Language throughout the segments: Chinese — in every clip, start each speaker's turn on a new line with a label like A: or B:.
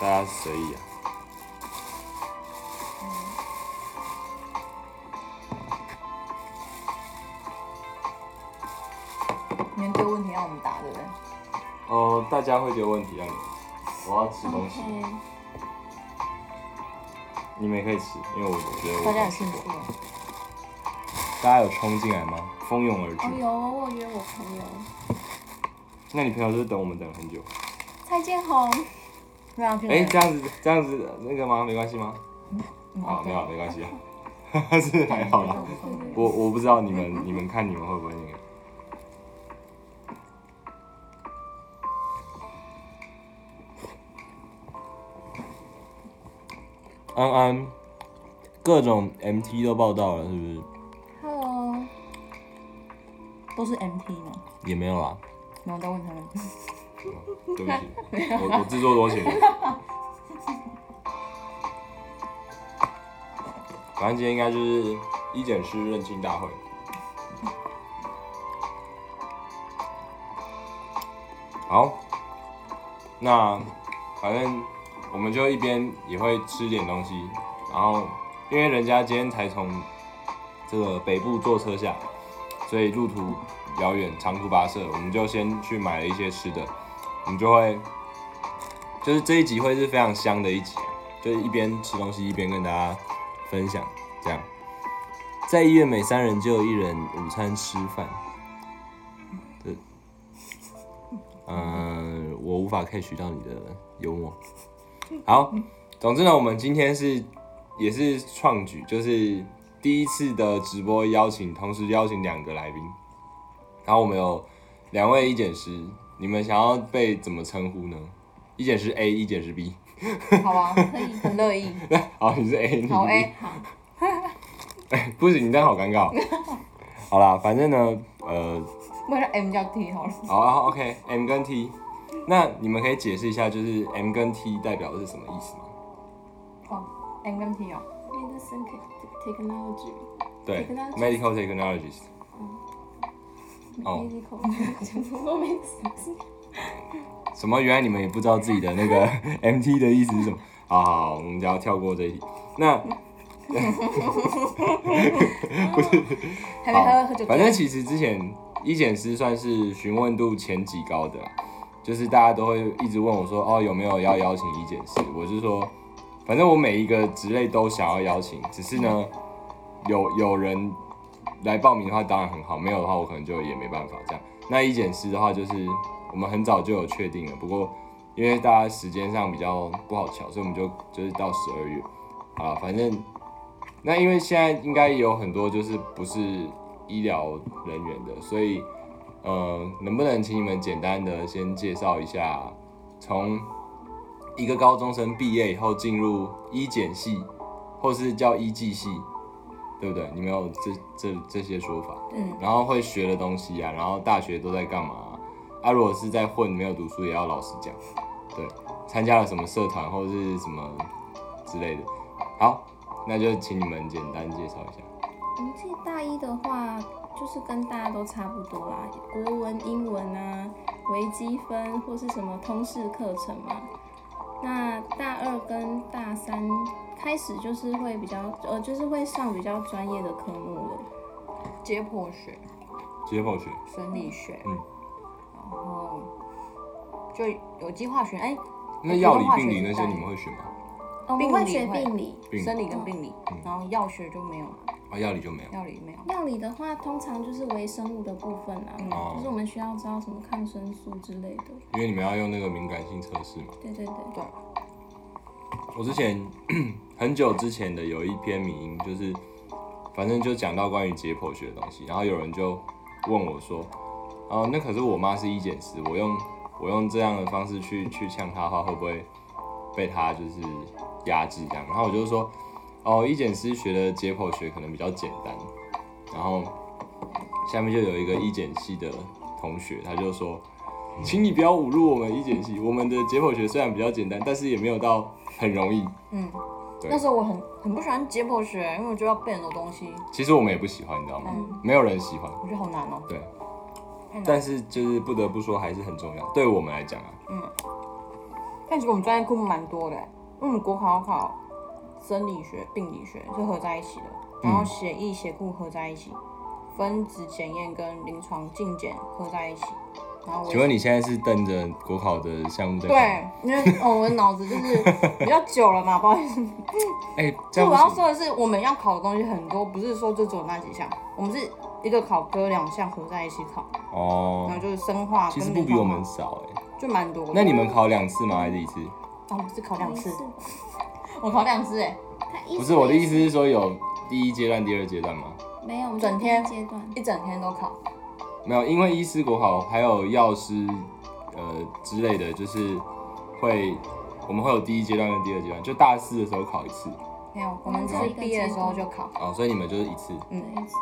A: 大家随意啊。
B: 你们丢问题让我们答，对不对？
A: 哦，大家会丢问题让你，我要吃东西，
B: 嗯，
A: 你们也可以吃，因为我觉得
B: 大家
A: 我
B: 有兴趣吗？
A: 大家有冲进来吗？蜂拥而
C: 哦，
A: 至。
C: 有我约我朋友
A: 那你朋友是不是等我们等了很久？
C: 蔡建宏，
B: 没有啊，
A: 哎、这样子这样子那个吗？没关系吗？
B: 嗯
A: 啊，没有，没关系 啊，是还好啦。
B: 我
A: 我我不知道你们 你们看你们会不会那个。安安，各种 MT 都报道了，是不是？
C: Hello，
B: 都是 MT 吗？
A: 也没有啦，啊
B: 然后再问他们，
A: 对不起，我我自作多情。反正今天应该就是一检师认亲大会。好，那反正我们就一边也会吃点东西，然后因为人家今天才从这个北部坐车下来，所以路途遥远，长途跋涉，我们就先去买了一些吃的，我们就会就是这一集会是非常香的一集啊，就是一边吃东西一边跟大家分享，这样。在医院每三人就有一人午餐吃饭，对，嗯、我无法 catch 到你的幽默。好，总之呢，我们今天是也是创举，就是第一次的直播邀请，同时邀请两个来宾，然后我们有两位医检师，你们想要被怎么称呼呢？医检师 A，医检师 B。
B: 好啊，可以， 很乐意。
A: 好，你是 A，你是 B
B: 好哎 A，好，
A: 不行，你这样好尴尬。 好啦，反正呢，呃，
B: 不然 M 叫 T 好了。
A: 好啊，OK，M 跟 T，那你们可以解释一下，就是 M 跟 T 代表的是什么意思吗？
B: 哦，M 跟 T 哦，
C: Medicine Tech- Technology
A: 对
C: Technology
A: ，medical technologist。哦
B: 嗯
C: Medical，全部都没事。
A: 什么？原来你们也不知道自己的那个 MT 的意思是什么？好好，好我们就要跳过这一题。那
B: 还没
A: 好，
B: 喝喝酒醉，
A: 反正其实之前一检师算是询问度前几高的啦，就是大家都会一直问我说，哦，有没有要邀请一检师？我是说，反正我每一个职类都想要邀请，只是呢，
B: 嗯
A: 有有人来报名的话当然很好，没有的话我可能就也没办法这样。那一检师的话，就是我们很早就有确定了，不过因为大家时间上比较不好巧，所以我们就就是到十二月啊，反正。那因为现在应该也有很多就是不是医疗人员的，所以呃，能不能请你们简单的先介绍一下，从一个高中生毕业以后进入医检系，或是叫医技系，对不对？你们有这这这些说法，
B: 嗯，
A: 然后会学的东西啊，然后大学都在干嘛啊？啊，如果是在混没有读书，也要老实讲，对，参加了什么社团或者是什么之类的。好，那就请你们简单介绍一下。
C: 我们记大一的话，就是跟大家都差不多啦，国文、英文啊，微积分或是什么通识课程嘛。那大二跟大三开始就是会比较，呃，就是会上比较专业的科目了。
B: 解剖学、
A: 解剖学，
B: 生理学，
A: 嗯，
B: 然后就有机化学，哎，
A: 那药理、病理那些你们会学吗？
C: 哦，我们
B: 病
C: 会
B: 理
C: 学
B: 会
C: 病理，
A: 病理嗯
B: 生理跟病理，然后药学就没有，
A: 啊，药理就没有。
B: 药理没有，
C: 药理的话，通常就是微生物的部分啦，
A: 哦
C: 就是我们需要知道什么抗生素之类的。
A: 因为你们要用那个敏感性测试嘛。
C: 对对对，
B: 对，
A: 我之前很久之前的有一篇名音，就是反正就讲到关于解剖学的东西，然后有人就问我说：“哦、那可是我妈是医检师，我用我用这样的方式去去呛她的话，会不会被她就是压制这样？”然后我就说：“哦，医检师学的解剖学可能比较简单。”然后下面就有一个医检系的同学，他就说。请你不要侮辱我们医检系，我们的解剖学虽然比较简单，但是也没有到很容易。
B: 嗯。
A: 对
B: 那时候我很很不喜欢解剖学，因为我觉得要背很多东西，嗯
A: 其实我们也不喜欢，你知道吗？
C: 嗯
A: 没有人喜欢，
B: 我觉得好难哦。
A: 对
B: 太难了。
A: 但是就是不得不说还是很重要，对我们来讲啊。嗯。
B: 但其实我们专业科目蛮多的、欸，因为我们国考要考生理学、病理学是合在一起的，然
A: 嗯
B: 后血液、血库合在一起，分子检验跟临床镜检合在一起，然后我
A: 请问你现在是瞪着国考的项目在看
B: 对
A: 吗？，
B: 因为 哦我的脑子就是比较久了嘛，不好意思。
A: 哎、这
B: 就
A: 样
B: 我
A: 不
B: 要
A: 行
B: 说的是，我们要考的东西很多，不是说就只有那几项，我们是一个考科两项合在一起考，然后
A: 哦，
B: 就是生化
A: 其
B: 跟
A: 实不
B: 临
A: 比我
B: 床
A: 们
B: 嘛，
A: 少哎、
B: 就蛮多的。
A: 那你们考两次吗？还是一次？
B: 啊，我是考两次
C: 没，事吧
B: 我考两次哎、
C: 他一
A: 不是我的意
C: 思
A: 思是说有第一阶段、第二阶段吗？
C: 没有，我们
B: 整
C: 就第一
B: 天
C: 阶段
B: 一整天都考。
A: 没有，因为医师国考还有药师呃之类的，就是会我们会有第一阶段跟第二阶段，就大四的时候考一次
B: 没有，我们只是毕业的时候就考。
A: 哦，所以你们就是一次，
C: 对
B: 嗯
C: 一次，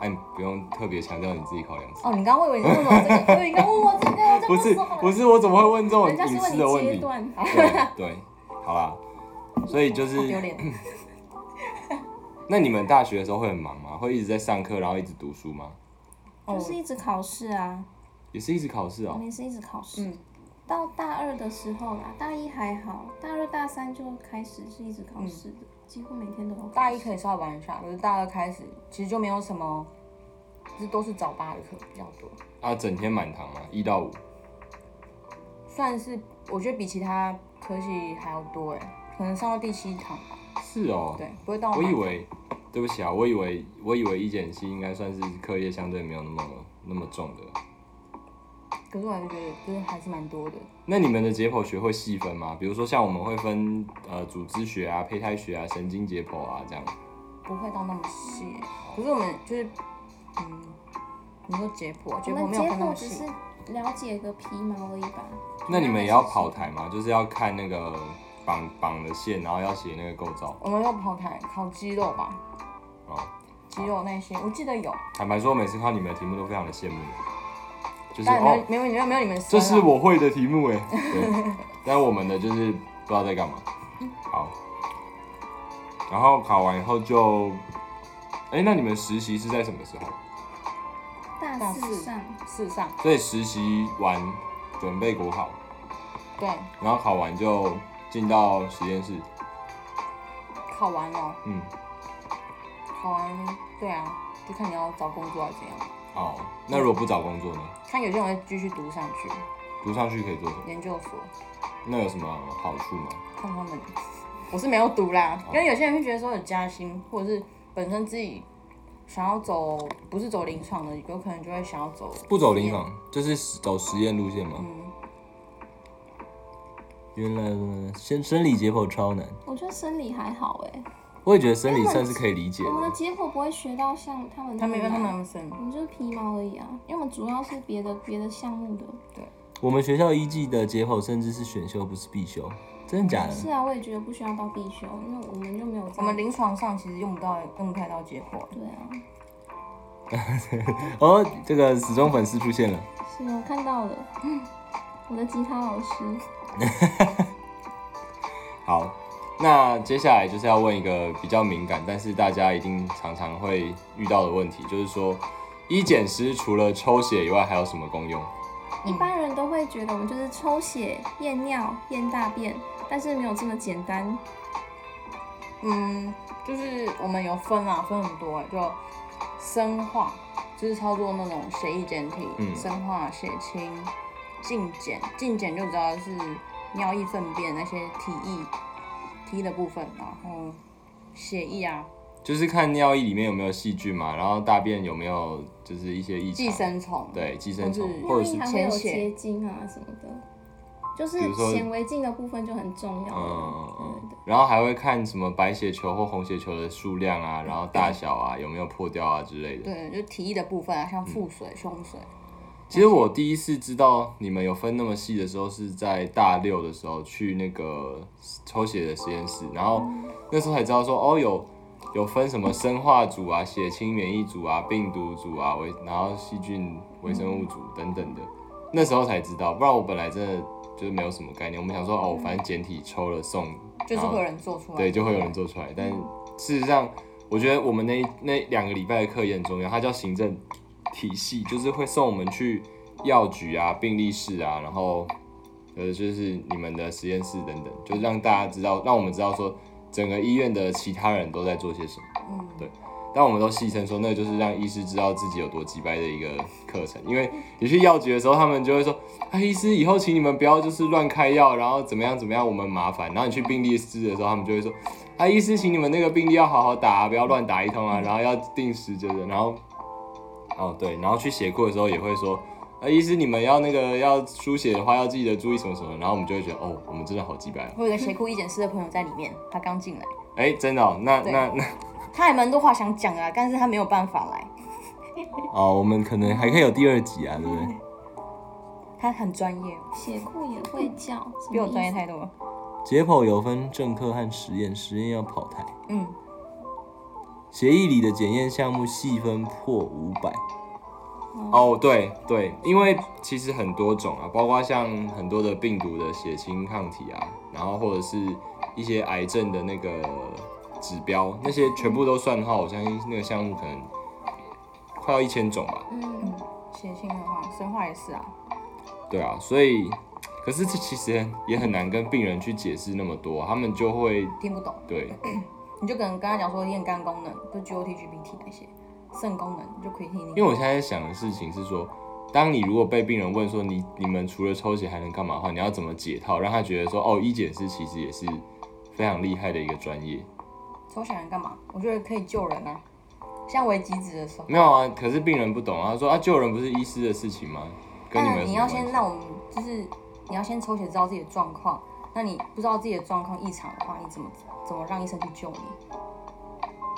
A: 哎、你不用特别强调你自己考两次。
B: 哦，你刚刚问我，你问我这个，我以为你刚问我这个，我就
A: 不是
B: 说了
A: 不是，我怎么会问这种
C: 人家是
A: 隐私的
C: 问
A: 问
C: 你
A: 题
C: 阶？段，
A: 对对，好啦，所以就
B: 好丢
A: 是
B: 脸。
A: 那你们大学的时候会很忙吗？会一直在上课，然后一直读书吗？
B: 哦
C: 就是一直考试啊，
A: 也是一直考试
C: 我
A: 哦、
C: 们也是一直考试。
B: 嗯，
C: 到大二的时候啦，大一还好，大二大三就开始是一直考试的，几乎每天都有考试。
B: 嗯大一可以稍微玩一下，可是大二开始其实就没有什么，就是都是早八的课比较多，
A: 啊，整天满堂嘛，一到五。
B: 算是我觉得比其他科系还要多哎，可能上到第七堂吧，
A: 是哦、
B: 对，不会到
A: 我
B: 满
A: 以为，对不起啊，我以为我以为医检系应该算是课业相对没有那么那么重的。
B: 可是我还是觉得就是还是蛮多的。
A: 那你们的解剖学会细分吗？比如说像我们会分呃组织学啊、胚胎学啊、神经解剖啊这样。
B: 不会到那么细耶，可是我们就是，嗯，你说解剖，解
C: 我
B: 剖
C: 们
B: 没
C: 结
B: 有分那
C: 果
B: 么
C: 只
B: 细
C: 是，了解个皮毛而已吧。
A: 那你们也要跑台吗？就是要看那个绑绑的线，然后要写那个构造
B: 我们要跑台考肌肉吧，
A: 哦。
B: 肌肉那些我记得有，
A: 坦白说，每次看你们的题目都非常的羡慕，就是
B: 但没
A: 哦
B: 有，没有没有没有你们深
A: 这
B: 啊
A: 是我会的题目哎。对，但我们的就是不知道在干嘛。好，然后考完以后就，哎、那你们实习是在什么时候？
C: 大
B: 大
C: 四
B: 四
C: 上，
B: 事上
A: 所以实习完准备国考，
B: 对
A: 然后考完就进到实验室。
B: 考完了，
A: 嗯，
B: 考完对啊，就看你要找工作还是怎样，
A: 哦，那如果不找工作呢？
B: 看有些人会继续读上去
A: 读上去可以做什么？
B: 研究所，
A: 那有什么好处吗？
B: 看他们，我是没有读啦，
A: 哦
B: 因为有些人会觉得说有加薪，或者是本身自己想要走不是走临床的，有可能就会想要走
A: 不走临床，就是走实验路线吗？嗯原来生生理解剖超难，
C: 我觉得生理还好哎、
A: 我也觉得生理算是可以理解
C: 我们的
A: 的。
C: 解剖不会学到像他们
B: 他们
C: 那么
B: 因为他们
C: 难
B: 那么深，
C: 我们就是皮毛而已啊，因为我们主要是别的别的项目的。
D: 我们学校一季的解剖甚至是选修，不是必修，真的假的？
C: 是啊，我也觉得不需要到必修，因为我们就没有这样。
B: 我们临床上其实用不到，用不太到结果。
C: 对啊，
D: 哦，这个死忠粉丝出现了，
C: 是我看到了， 我的吉他老
B: 嗯
C: 师。
A: 好，那接下来就是要问一个比较敏感，但是大家一定常常会遇到的问题，就是说，医检师除了抽血以外，还有什么功用？
C: 一般人都会觉得我们就是抽血、验尿、验大便，但是没有这么简单。
B: 嗯，就是我们有分啊，分很多、欸，就生化，就是操作那种血液检体，
A: 嗯
B: 生化、血清、净检，净检就知道是尿液、粪便那些体液、体液的部分，然后血液啊、
A: 就是看尿液里面有没有细菌嘛，然后大便有没有就是一些异常，
B: 寄生虫，，
A: 对寄生虫
B: 或是，
A: 或者
C: 尿
A: 是
C: 液还会有
B: 潜血
C: 结晶啊什么的，就是
A: 比如说
C: 显微镜的部分就很重要了。
A: 嗯
C: 对对，
A: 然后还会看什么白血球或红血球的数量啊，然后大小啊，有没有破掉啊之类的。
B: 对，就体液的部分啊，像腹水、胸水，
A: 嗯其实我第一次知道你们有分那么细的时候，是在大六的时候去那个抽血的实验室，然后那时候才知道说，哦，有有分什么生化组啊、血清免疫组啊、病毒组啊、微然后细菌微生物组等等的，那时候才知道，不然我本来真的就是没有什么概念。我们想说，哦，反正简体抽了送，
B: 就是
A: 然后
B: 会有人做出来，
A: 对，就会有人做出来。但事实上，我觉得我们那一那两个礼拜的课也很重要，它叫行政体系，就是会送我们去药局啊、病历室啊，然后呃，就是你们的实验室等等，就是让大家知道，让我们知道说整个医院的其他人都在做些什么。
B: 嗯，
A: 但我们都戏称说，那个就是让医师知道自己有多鸡掰的一个课程。因为你去药局的时候，他们就会说：“啊，医师，以后请你们不要就是乱开药，然后怎么样怎么样，我们麻烦。”然后你去病历室的时候，他们就会说：“啊，医师，请你们那个病历要好好打、啊，不要乱打一通啊，然后要定时这个。”然后，哦对，然后去写库的时候也会说：“啊，医师，你们要那个要书写的话，要记得注意什么什么。”然后我们就会觉得：“哦，我们真的好鸡掰、哦。
B: 我有个斜库一检室的朋友在里面，他刚进来，”
A: 哎，真的、哦，那
B: 对
A: 那那
B: 他还蛮多话想讲的啊，但是他没有办法来，
D: 哦，我们可能还可以有第二集啊，对不对？
B: 他很专业，
C: 血库也会叫，什么
B: 比我专
C: 意
B: 业
C: 思
B: 太多了。
D: 解剖有分正课和实验，实验要跑台。
B: 嗯，
D: 协议里的检验项目细分破五百，
A: 哦，对对，因为其实很多种啊，包括像很多的病毒的血清抗体啊，然后或者是一些癌症的那个指标，那些全部都算的话，我相信那个项目可能快要一千种吧。
C: 嗯，
B: 写信的话，生化也是啊，
A: 对啊，所以可是这其实也很难跟病人去解释那么多，他们就会
B: 听不懂，
A: 对
B: 你就可能跟他讲说验肝功能，就 GOT、GPT 那些，肾功能你就可以听你。
A: 因为我现在想的事情是说，当你如果被病人问说你你们除了抽血还能干嘛的话，你要怎么解套，让他觉得说哦，医检师其实也是非常厉害的一个专业。
B: 抽血能干嘛？我觉得可以救人啊，像危机子的时候，
A: 没有啊，可是病人不懂啊，他说啊，救人不是医师的事情吗？跟你们有
B: 但嗯你
A: 什
B: 要
A: 么关
B: 先
A: 系？
B: 让我们就是你要先抽血知道自己的状况，那你不知道自己的状况异常的话，你怎么怎么让医生去救你？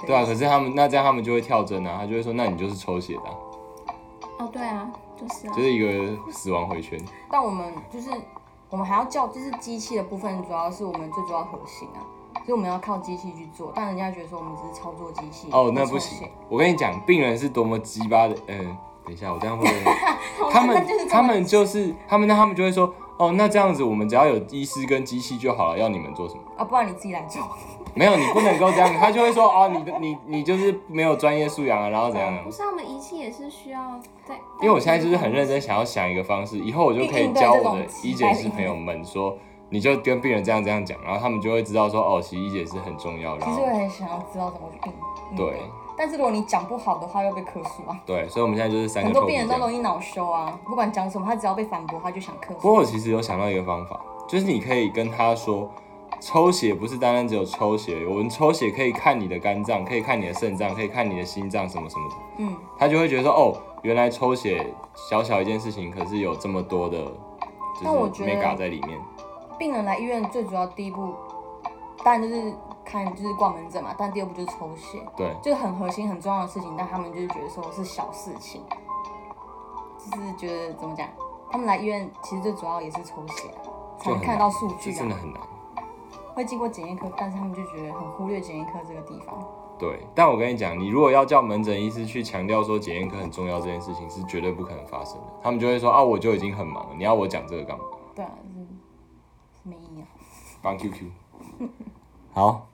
A: 对啊，可是他们那这样他们就会跳针啊，他就会说那你就是抽血的啊、
C: 哦对啊，就是啊
A: 就，是一个死亡回圈。
B: 但我们就是我们还要叫，就是机器的部分，主要是我们最主要的核心啊，所以我们要靠机器去做。但人家觉得说我们只是操作机器
A: 哦，那
B: 抽
A: 不行
B: 血，
A: 我跟你讲，病人是多么鸡巴的，嗯、等一下，我这样会不 会？他们
B: 那就是这么
A: 他们就是他们那他们就会说，哦，那这样子我们只要有医师跟机器就好了，要你们做什么？
B: 啊，不然你自己来做。
A: 没有，你不能够这样，他就会说，哦，你的你你就是没有专业素养啊，然后怎样？
B: 嗯
C: 不是啊我们仪器也是需要在，
A: 因为我现在就是很认真想要想一个方式，以后我就可以教我的医检师朋友们说，你就跟病人这样这样讲，然后他们就会知道说，哦，其实医检师很重要，然
B: 其实
A: 后
B: 我也很想要知道怎么去应应
A: 对
B: 但是如果你讲不好的话，又被客诉啊。
A: 对，所以我们现在就是三
B: 很
A: 个
B: 多
A: 透
B: 病人都容
A: 明。
B: 易恼羞啊，不管讲什么，他只要被反驳，他就想客
A: 不
B: 诉。
A: 过我其实有想到一个方法，就是你可以跟他说，抽血不是单单只有抽血，我们抽血可以看你的肝脏，可以看你的肾脏，可以看你的心脏什么什么的，
B: 嗯，
A: 他就会觉得说，哦，原来抽血小小一件事情，可是有这么多的，就
B: 但我
A: 是
B: 觉得
A: mega 在里面。
B: 病人来医院最主要第一步，当然就是看就是挂门诊嘛，但第二步就是抽血。
A: 对，
B: 就是很核心、很重要的事情，但他们就是觉得说是小事情，就是觉得怎么讲，他们来医院其实最主要也是抽血啊，才
A: 就很
B: 能
A: 难
B: 看得到数
A: 这
B: 据
A: 真的
B: 啊，
A: 很难。
B: 会经过检验科，但是他们就觉得很忽略检验科这个地方。
A: 对，但我跟你讲，你如果要叫门诊医师去强调说检验科很重要这件事情，是绝对不可能发生的。他们就会说啊，我就已经很忙了，你要我讲这个干嘛？
B: 对啊，就是是没意义啊。
A: 帮 QQ。
D: 好，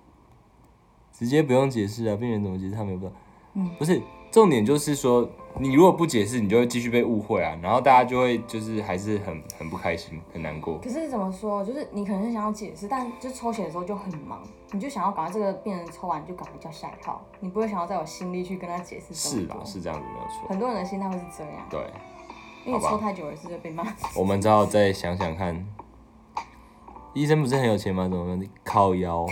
D: 直接不用解释啊，病人怎么解释他们也不知道。
B: 嗯，
D: 不是，
A: 重点就是说，你如果不解释，你就会继续被误会啊，然后大家就会就是还是很很不开心，很难过。
B: 可是怎么说，就是你可能是想要解释，但就抽血的时候就很忙，你就想要把这个病人抽完就赶快叫下一号，你不会想要再有心力去跟他解释这
A: 是
B: 么
A: 啦，
B: 多。
A: 是这样子没有错。
B: 很多人的心态会是这样，
A: 对，
B: 因为
A: 好
B: 你
A: 吧
B: 抽太久了是会被骂。
D: 我们只好再想想看。医生不是很有钱吗？怎么靠腰？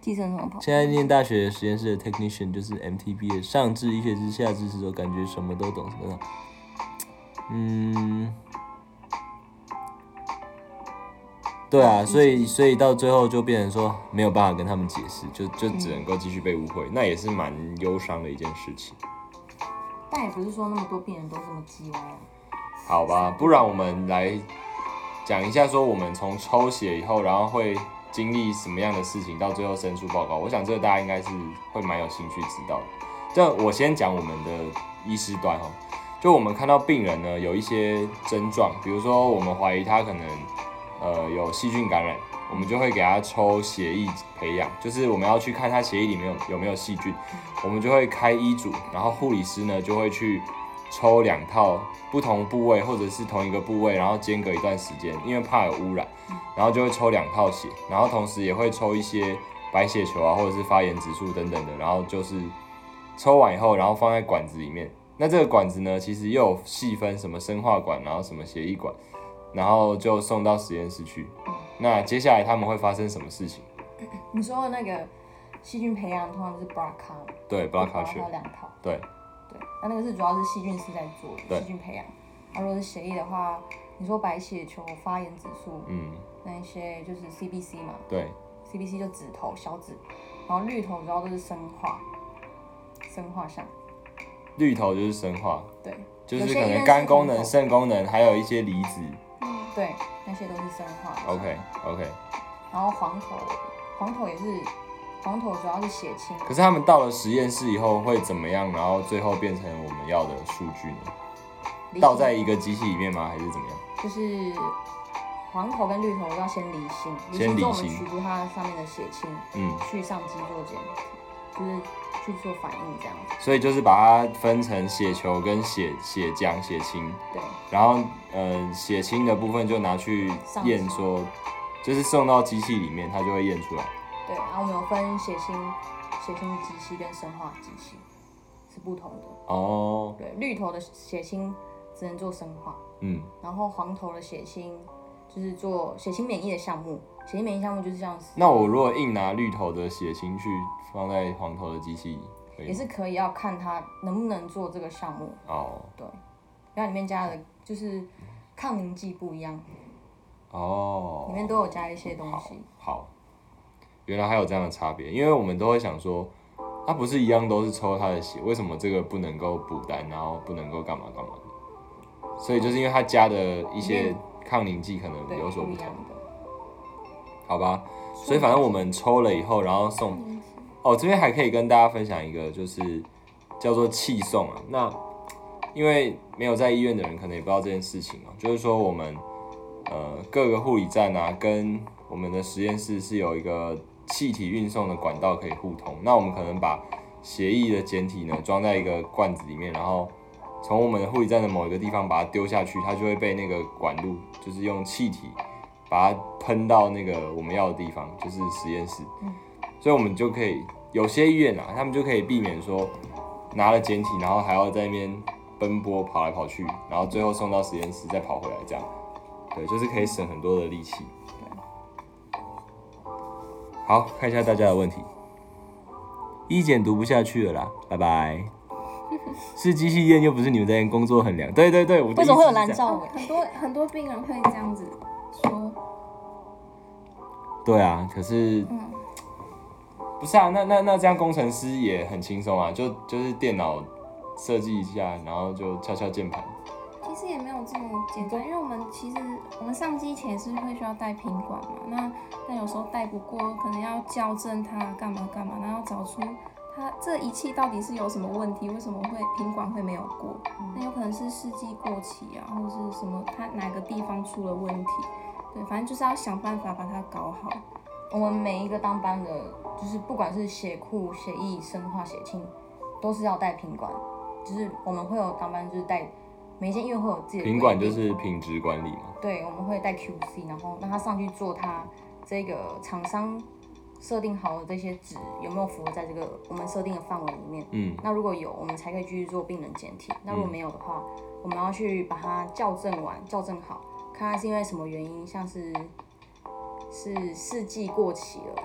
B: 寄生虫跑。
D: 现在念大学实验室的 technician 就是 MTB 的上至医学知识，下至知识，我感觉什么都懂，什么都懂。嗯，对啊，所以所以到最后就变成说没有办法跟他们解释，
A: 就就只能够继续被误会，那也是蛮忧伤的一件事情。
B: 但也不是说那么多病人都这么鸡歪啊。
A: 好吧，不然我们来讲一下，说我们从抽血以后，然后会经历什么样的事情，到最后申诉报告。我想这个大家应该是会蛮有兴趣知道的。这我先讲我们的医师端哦，就我们看到病人呢有一些症状，比如说我们怀疑他可能呃有细菌感染，我们就会给他抽血液培养，就是我们要去看他血液里面有有没有细菌，我们就会开医嘱，然后护理师呢就会去抽两套不同部位或者是同一个部位，然后间隔一段时间，因为怕有污染，
B: 嗯
A: 然后就会抽两套血，然后同时也会抽一些白血球啊，或者是发炎指数等等的，然后就是抽完以后，然后放在管子里面。那这个管子呢，其实又有细分什么生化管，然后什么血液管，然后就送到实验室去。
B: 嗯
A: 那接下来他们会发生什么事情？
B: 你说的那个细菌培养通常是 BRCA，嘛
A: 对 b l o c k
B: 然后两套，
A: 对，
B: 对，那那个是主要是细菌师在做的，
A: 对
B: 细菌培养。啊那如果是血液的话，你说白血球发炎指数
A: 嗯，
B: 那一些就是 CBC 嘛
A: 对，
B: ，CBC 就指头小指，然后绿头主要都是生化，生化上，
A: 绿头就是生化，
B: 对
A: 就
B: 有
A: 是
B: 些
A: 可
B: 医院
A: 能
B: 是
A: 肝功
B: 红
A: 能、
B: 头
A: 肾功能，还有一些离子。
C: 嗯
B: 对，那些都是生化的。
A: OK OK，
B: 然后黄头，黄头也是，黄头主要是血清，
A: 可是他们到了实验室以后会怎么样？然后最后变成我们要的数据呢？
B: 离
A: 倒
B: 心
A: 在一个机器里面吗？还是怎么样？
B: 就是黄头跟绿头要先离心，离
A: 先
B: 心
A: 离
B: 之后我们
A: 心
B: 取出它上面的血清，
A: 嗯，
B: 去上基做检体，就是去做反应这样子。
A: 所以就是把它分成血球跟血血浆、血清，
B: 对，
A: 然后呃血清的部分就拿去
B: 上
A: 验
B: 机
A: 说，就是送到机器里面，它就会验出来。
B: 对，然后我们有分血清、血清机器跟生化机器是不同的。
A: 哦，
B: 对，绿头的血清只能做生化，
A: 嗯，
B: 然后黄头的血清就是做血清免疫的项目，血清免疫项目就是像是
A: 那我如果硬拿绿头的血清去放在黄头的机器里，可以吗
B: 也是可以要看它能不能做这个项目，
A: 哦
B: 对，然后里面加的就是抗凝剂不一样，
A: 哦，
B: 里面都有加一些东西，
A: 好，原来还有这样的差别，因为我们都会想说，他不是一样都是抽他的血，为什么这个不能够补单，然后不能够干嘛干嘛的？所以就是因为他加的一些抗凝剂可能
B: 对，
A: 有所
B: 不
A: 不
B: 一
A: 同
B: 样，的。
A: 好吧？所以反正我们抽了以后，然后送哦，这边还可以跟大家分享一个，就是叫做气送啊。那因为没有在医院的人，可能也不知道这件事情哦、就是说我们呃各个护理站啊，跟我们的实验室是有一个气体运送的管道可以互通。那我们可能把协议的简体呢装在一个罐子里面，然后从我们的护理站的某一个地方把它丢下去，它就会被那个管路就是用气体把它喷到那个我们要的地方，就是实验室。
B: 嗯
A: 所以我们就可以有些医院啊，他们就可以避免说拿了简体，然后还要在那边奔波跑来跑去，然后最后送到实验室再跑回来，这样，对，就是可以省很多的力气。好，看一下大家的问题。
D: 一检读不下去了啦，拜 拜。是机器验，又不是你们在验工作衡量。
A: 对对对，我的
B: 为什么会有
A: 意思是
B: 蓝
A: 这样？
B: 照尾？
C: 哦很多很多病人会这样子说，
D: 对啊，可是
C: 嗯
A: 不是啊，那那那这样工程师也很轻松啊，就就是电脑设计一下，然后就敲敲键盘。
C: 其实也没有这么简单，因为我们其实我们上机前是会需要带品管嘛，那那有时候带不过，可能要校正它干嘛干嘛，然后找出它这仪器到底是有什么问题，为什么会品管会没有过？那有可能是试剂过期啊，或者是什么它哪个地方出了问题，对，反正就是要想办法把它搞好。
B: 我们每一个当班的，就是不管是血库、血液、生化、血清，都是要带品管，就是我们会有当班就是带，每间医院会有自己的
A: 品管
B: 规
A: 就
B: 定
A: 是品质管理嘛，
B: 对，我们会带 QC，然后让他上去做他这个厂商设定好的这些值有没有符合在这个我们设定的范围里面。
A: 嗯，
B: 那如果有，我们才可以继续做病人检体。那如果没有的话，我们要去把它校正完、校正好，看它是因为什么原因，像是是试剂过期了，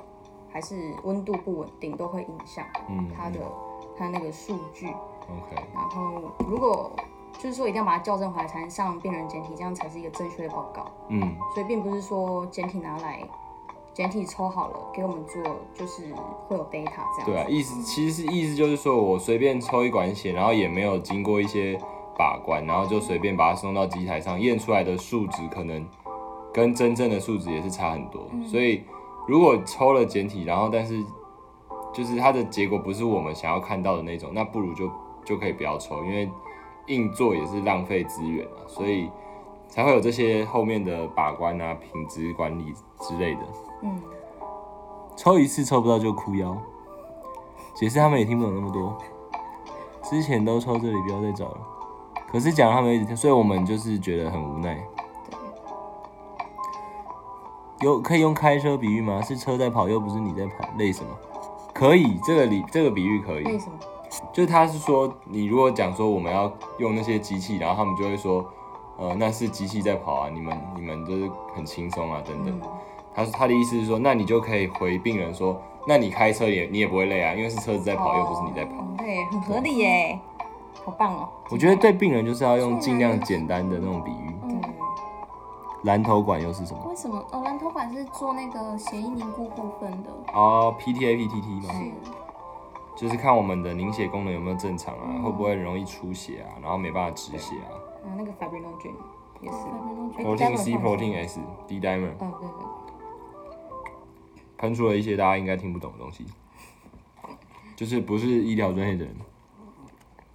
B: 还是温度不稳定，都会影响
A: 嗯
B: 它的它那个数据。
A: ，OK，
B: 然后如果就是说一定要把它校正回来，才能上病人检体，这样才是一个正确的报告。
A: 嗯，
B: 所以并不是说简体拿来，简体抽好了给我们做，就是会有 data 这样子。
A: 对啊，意思其实是意思就是说我随便抽一管血，然后也没有经过一些把关，然后就随便把它送到机台上验出来的数值，可能跟真正的数值也是差很多。
B: 嗯
A: 所以如果抽了简体，然后但是就是它的结果不是我们想要看到的那种，那不如就就可以不要抽，因为硬做也是浪费资源啊，所以才会有这些后面的把关啊、品质管理之类的。
B: 嗯，
D: 抽一次抽不到就哭腰，解释他们也听不懂那么多。之前都抽这里，不要再找了。可是讲了他们一直听，所以我们就是觉得很无奈。有可以用开车比喻吗？是车在跑，又不是你在跑，累什么？
A: 可以，这个理这个比喻可以，
B: 为什么？
A: 就是他是说，你如果讲说我们要用那些机器，然后他们就会说，呃，那是机器在跑啊，你们你们就是很轻松啊，等等。他他的意思是说，那你就可以回病人说，那你开车也你也不会累啊，因为是车子在跑，又不是你在跑。
B: 哦对，很合理耶，好棒哦。
D: 我觉得对病人就是要用尽量简单的那种比喻。
B: 对
C: 嗯，
B: 啊
D: 蓝头管又是什么？
C: 为什么？哦，蓝头管是做那个血液凝固部分的，
A: 哦、p T A P T T 嘛，
C: 是
A: 就是看我们的凝血功能有没有正常啊，会不会容易出血啊，然后没办法止血啊。
B: 还有那个 f a b r i n o g e n 也是，
A: Protein C、
B: 哎
C: Fibrinogen
B: D-dimer 放什
A: Protein
B: 么
A: S、D dimer
B: 嗯，对对
A: 喷出了一些大家应该听不懂的东西，就是不是医疗专业的人。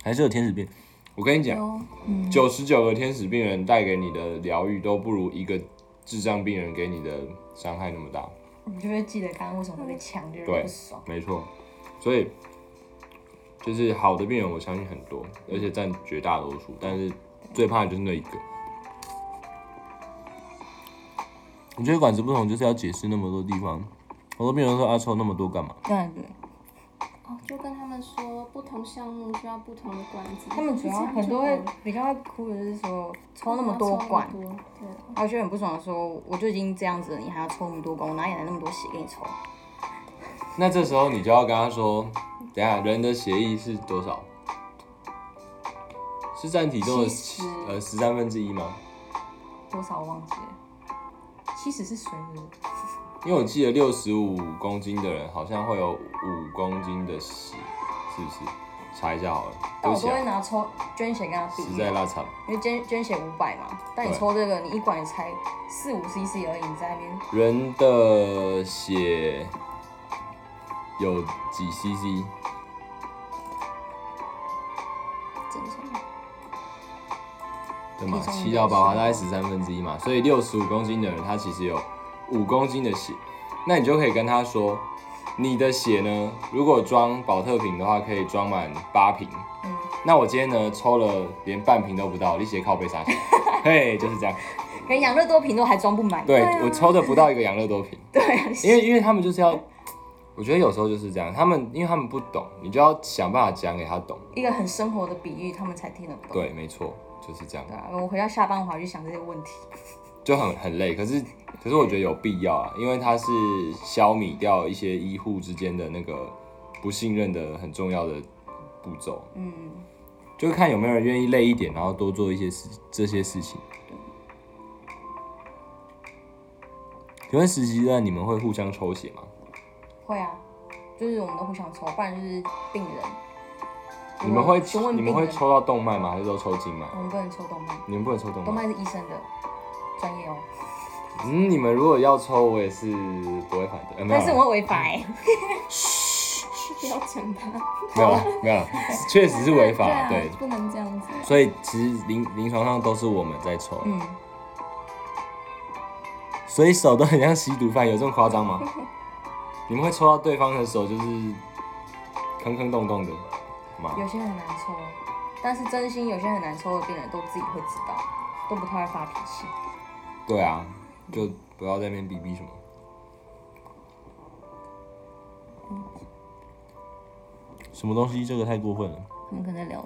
D: 还是有天使病？
A: 我跟你讲，
C: 有
A: 九十九个天使病人带给你的疗愈，都不如一个智障病人给你的伤害那么大。
B: 对，你就会记得刚刚为什么会被抢，就
A: 对
B: 是不爽。
A: 没错，所以就是好的病人，我相信很多，而且占绝大多数。但是最怕的就是那一个。
D: 我觉得管子不同就是要解释那么多地方。好多病人说
A: 啊
D: 阿臭那么多干嘛？
B: 嗯，对，
C: 哦，就跟他们说不同项目需要不同的管子，
B: 他们主要很多会比较会哭的是说抽那么多管，
C: 对啊，
B: 然后就很不爽地说，我就已经这样子了，你还要抽那么多管，我哪里来那么多血给你抽？
A: 那这时候你就要跟他说，等一下人的血液是多少？是占体重的
B: 70
A: 呃十三分之一吗？
B: 多少我忘记了，七十是水母，
A: 因为我记得六十五公斤的人好像会有五公斤的血，是不是？查一下好了。
B: 但
A: 对不
B: 我都
A: 起
B: 会
A: 啊，
B: 拿抽捐血跟他比
A: 实
B: 喻
A: 在，拉长。
B: 因为捐捐血五百嘛，但你
A: 对
B: 抽这个，你一管也才四五 CC 而已，你在那边
A: 人的血有几 CC？
C: 正常。
A: 对吗
B: 体？重
A: 七到八，
B: 应该是
A: 大概十三分之一嘛。所以六十五公斤的人，他其实有五公斤的血。那你就可以跟他说，你的血呢，如果装保特瓶的话，可以装满八瓶。
B: 嗯
A: 那我今天呢，抽了连半瓶都不到，你血靠背撒下。嘿，就是这样。
B: 连养乐多瓶都还装不满。
A: 对我抽的不到一个养乐多瓶，
B: 对啊，
A: 因为因为他们就是要，我觉得有时候就是这样，他们因为他们不懂，你就要想办法讲给他懂。
B: 一个很生活的比喻，他们才听得懂。
A: 对，没错，就是这样
B: 对，啊，我回到下班我还去想这些问题。
A: 就很很累。可是可是我觉得有必要啊，因为它是消弭掉一些医护之间的那个不信任的很重要的步骤。
B: 嗯，
A: 就是看有没有人愿意累一点，然后多做一些事这些事情。
D: 请问实习段你们会互相抽血吗？
B: 会啊，就是我们都互相抽，不然就是病人。
A: 你们会
B: 询问
A: 你
B: 病
A: 们
B: 人，
A: 会抽到动脉吗？还是都抽静脉？
B: 我们不能抽动脉，
A: 你们不能抽动
B: 动
A: 脉。
B: 脉是医生的专业哦，
A: 嗯，你们如果要抽，我也是不会反对。呃、没有
B: 但
A: 啦
B: 是我会违法哎。
C: 不要讲他，
A: 没有啦没有啦，确实是违
C: 对
A: 法。
C: 啊
A: 对，
C: 不能这样子。
D: 所以其实临临床上都是我们在抽，
B: 嗯，
D: 所以手都很像吸毒犯，有这么夸张吗？你们会抽到对方的手就是坑坑洞洞的吗？
B: 有些很难抽，但是真心有些很难抽的病人都自己会知道，都不太会发脾气。
D: 对啊，就不要在那边逼逼什么。什么东西？这个太过分了。
B: 他们可能在聊，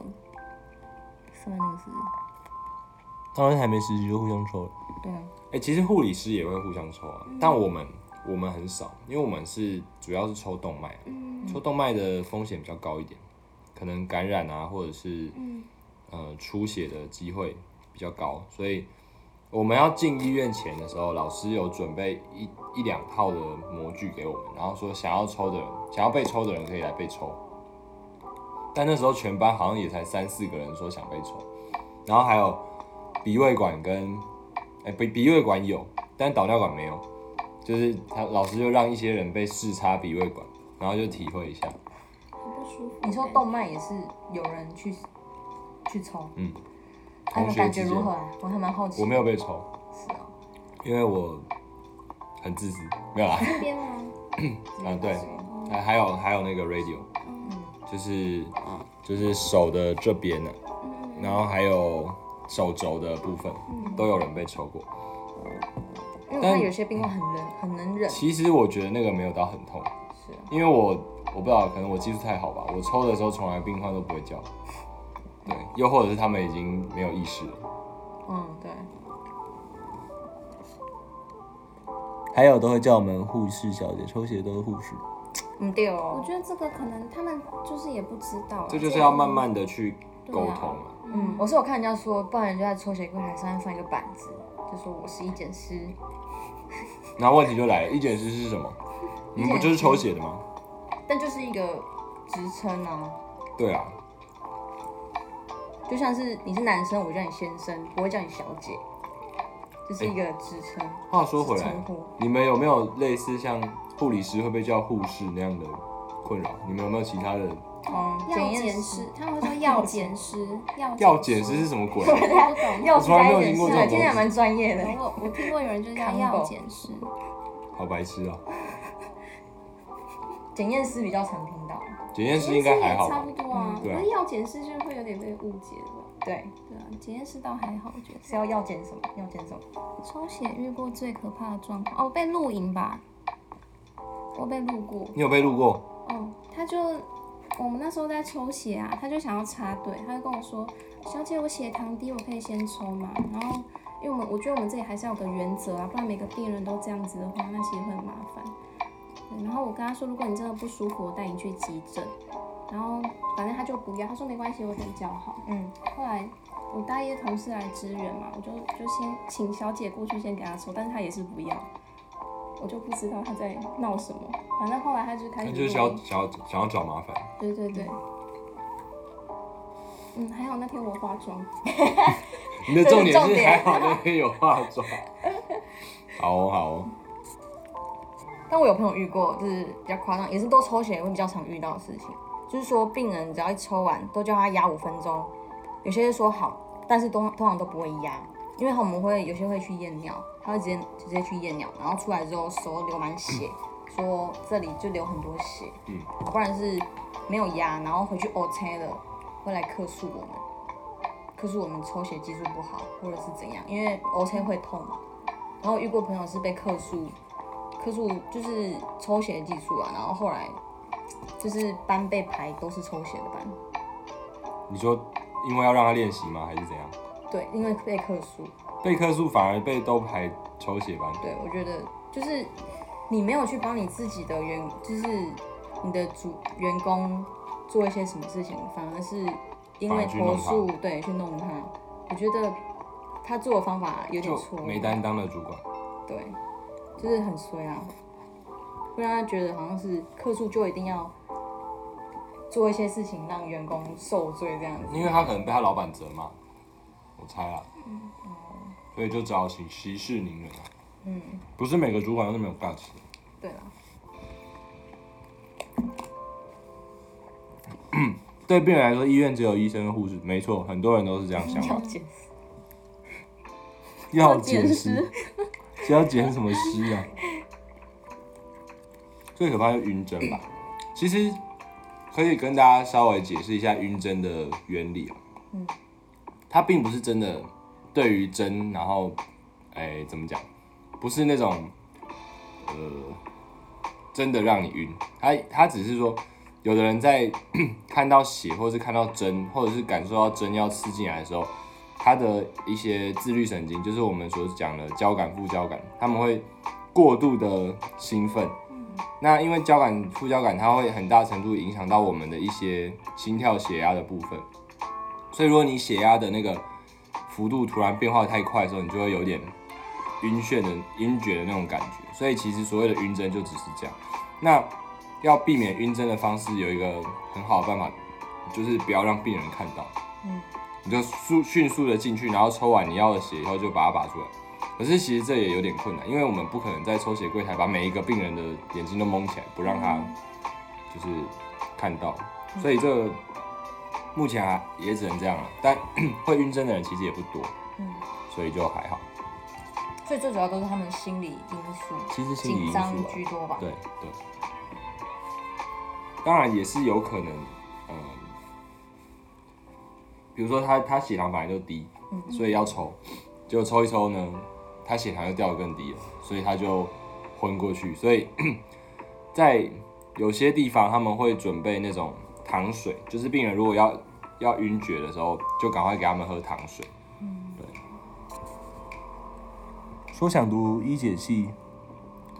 B: 上面那个是，
D: 当然还没实习就互相抽了。
B: 对啊，
A: 哎、其实护理师也会互相抽啊，但我们我们很少，因为我们是主要是抽动脉，啊抽动脉的风险比较高一点，可能感染啊，或者是呃出血的机会比较高，所以我们要进医院前的时候，老师有准备一一两套的模具给我们，然后说想要抽的人，想要被抽的人可以来被抽，但那时候全班好像也才三四个人说想被抽，然后还有鼻胃管跟哎、鼻鼻胃管有，但导尿管没有。就是他老师就让一些人被视插鼻胃管，然后就体会一下。
C: 很不舒服。
B: 你说动脉也是有人去去抽，
A: 嗯，
B: 那
A: 同
B: 个
A: 学
B: 感觉
A: 之
B: 如
A: 间
B: 何，啊？我还蛮好奇。
A: 我没有被抽，
B: 是哦，
A: 因为我很自私，没 有啦。
C: 那边吗？
A: 啊，对，
B: 嗯
A: 还还
B: 嗯
A: 有还有那个 radio，就是就是手的这边呢、啊
C: 嗯
A: 然后还有手肘的部分
B: 嗯
A: 都有人被抽过。
B: 因为我
A: 但
B: 看有些病患很能很能忍，
A: 其实我觉得那个没有到很痛，
B: 是啊
A: 因为我我不知道，可能我技术太好吧，我抽的时候从来病患都不会叫，对，又或者是他们已经没有意识了。
B: 嗯，对，
D: 还有都会叫我们护士小姐，抽血都是护士。
B: 嗯对
C: 我
B: 哦，
C: 觉得这个可能他们就是也不知道啊，
A: 这就是要慢慢的去沟通啊了。
B: 嗯，我是有看人家说，不然人就在抽血柜台上面放一个板子，就说我是一检师，
A: 然后问题就来了，一检师是什么？你们不就是抽血的吗？
B: 但就是一个职称啊，
A: 对啊，
B: 就像是你是男生，我叫你先生，不会叫你小姐，这是一个职称。
A: 话说回来
B: 称呼，
A: 你们有没有类似像护理师会被叫护士那样的困扰？你们有没有其他的？
B: 哦，
C: 药
B: 验
C: 检师，他们会说药检师，药
A: 药检
C: 检
A: 师是什么鬼？
C: 我不懂，
B: 药
A: 我从来没有
B: 检
A: 听
B: 师
A: 过这
B: 啊，
A: 种
B: 听起来蛮专业的。
C: 我我听过有人就叫药检师，
A: 好白痴啊！
B: 检验师比较常听到，
A: 检验师应该还好
C: 检验
A: 吧
C: 师也差？不多啊
A: 嗯。对啊
C: 可是药检师就是会有点被误解吧？
B: 对，
C: 对啊，检验师倒还好，我觉得。
B: 是要药检什么？药检什么？
C: 抽血遇过最可怕的状况哦，被录影吧，我被录过。
A: 你有被录过？
C: 哦，他就我们那时候在抽血啊，他就想要插队，他就跟我说：“小姐，我血糖低，我可以先抽嘛。”然后，因为我们我觉得我们这里还是要有个原则啊，不然每个病人都这样子的话，那其实会很麻烦。对，然后我跟他说：“如果你真的不舒服，我带你去急诊。”然后反正他就不要，他说没关系，我等叫好。
B: 嗯，
C: 后来我大一的同事来支援嘛，我就就先请小姐过去先给他抽，但是她也是不要，我就不知道她在闹什么。反正后来她就开
A: 他
C: 始
A: 就是
C: 录
A: 想
C: 音
A: 想要想要找麻烦。
C: 对对对。嗯，还好那天我化妆，
A: 你的重点
B: 这是重
A: 是
B: 点
A: 还好那边有化妆。 好哦，好哦，
B: 但我有朋友遇过，就是比较夸张，也是都抽血会比较常遇到的事情，就是说病人只要一抽完，都叫他压五分钟，有些是说好，但是通通常都不会压，因为我们会有些会去验尿，他会直接直接去验尿，然后出来之后手流满血，说这里就流很多血，
A: 嗯，
B: 不然是没有压，然后回去 OK 了，会来客诉我们，客诉我们抽血技术不好，或者是怎样，因为 OK 会痛嘛。然后我遇过朋友是被客诉，科数就是抽血技术啊，然后后来就是班被排都是抽血的班，
A: 你说因为要让他练习吗？还是怎样？
B: 对，因为被克数，
A: 被克数反而被都排抽血班。
B: 对我觉得就是你没有去帮你自己的员，就是你的主员工做一些什么事情，反而是因为
A: 反而
B: 投
A: 去弄
B: 诉对去弄他，我觉得他做的方法有点
A: 就
B: 错，
A: 没担当的主管，
B: 对，就是很衰啊，会让他觉得好像是客诉就一定要做一些事情让员工受罪这样子。
A: 因为他可能被他老板责骂，我猜啊，
B: 嗯
A: 所以就只好请息事宁人啊。嗯，不是每个主管都那么有大气。
B: 对了，
A: 对病人来说，医院只有医生、护士，没错，很多人都是这样想
B: 要
A: 的。
B: 解
A: 要捡尸，是要捡什么尸啊？最可怕就是晕针吧。其实可以跟大家稍微解释一下晕针的原理啊。它并不是真的对于针，然后哎、怎么讲？不是那种呃真的让你晕，它它只是说。有的人在 看到血，或者是看到针，或者是感受到针要刺进来的时候，它的一些自律神经，就是我们所讲的交感、副交感，他们会过度的兴奋。那因为交感、副交感，它会很大程度影响到我们的一些心跳、血压的部分。所以如果你血压的那个幅度突然变化太快的时候，你就会有点晕眩的、晕厥的那种感觉。所以其实所谓的晕针就只是这样。那要避免晕针的方式有一个很好的办法，就是不要让病人看到。你就速迅速的进去，然后抽完你要的血以后就把它拔出来。可是其实这也有点困难，因为我们不可能在抽血柜台把每一个病人的眼睛都蒙起来，不让他
B: 嗯
A: 就是看到，所以这个目前还也只能这样了。但 会晕针的人其实也不多，
B: 嗯
A: 所以就还好。
B: 所以最主要都是他们心理因素，
D: 其实心理因
B: 紧
D: 素啊
B: 张居多吧。
A: 对对，当然也是有可能，嗯、呃比如说他他血糖本来就低，所以要抽，结果抽一抽呢，他血糖又掉得更低了，所以他就昏过去。所以在有些地方他们会准备那种糖水，就是病人如果要要晕厥的时候，就赶快给他们喝糖水。
D: 说想读医解系，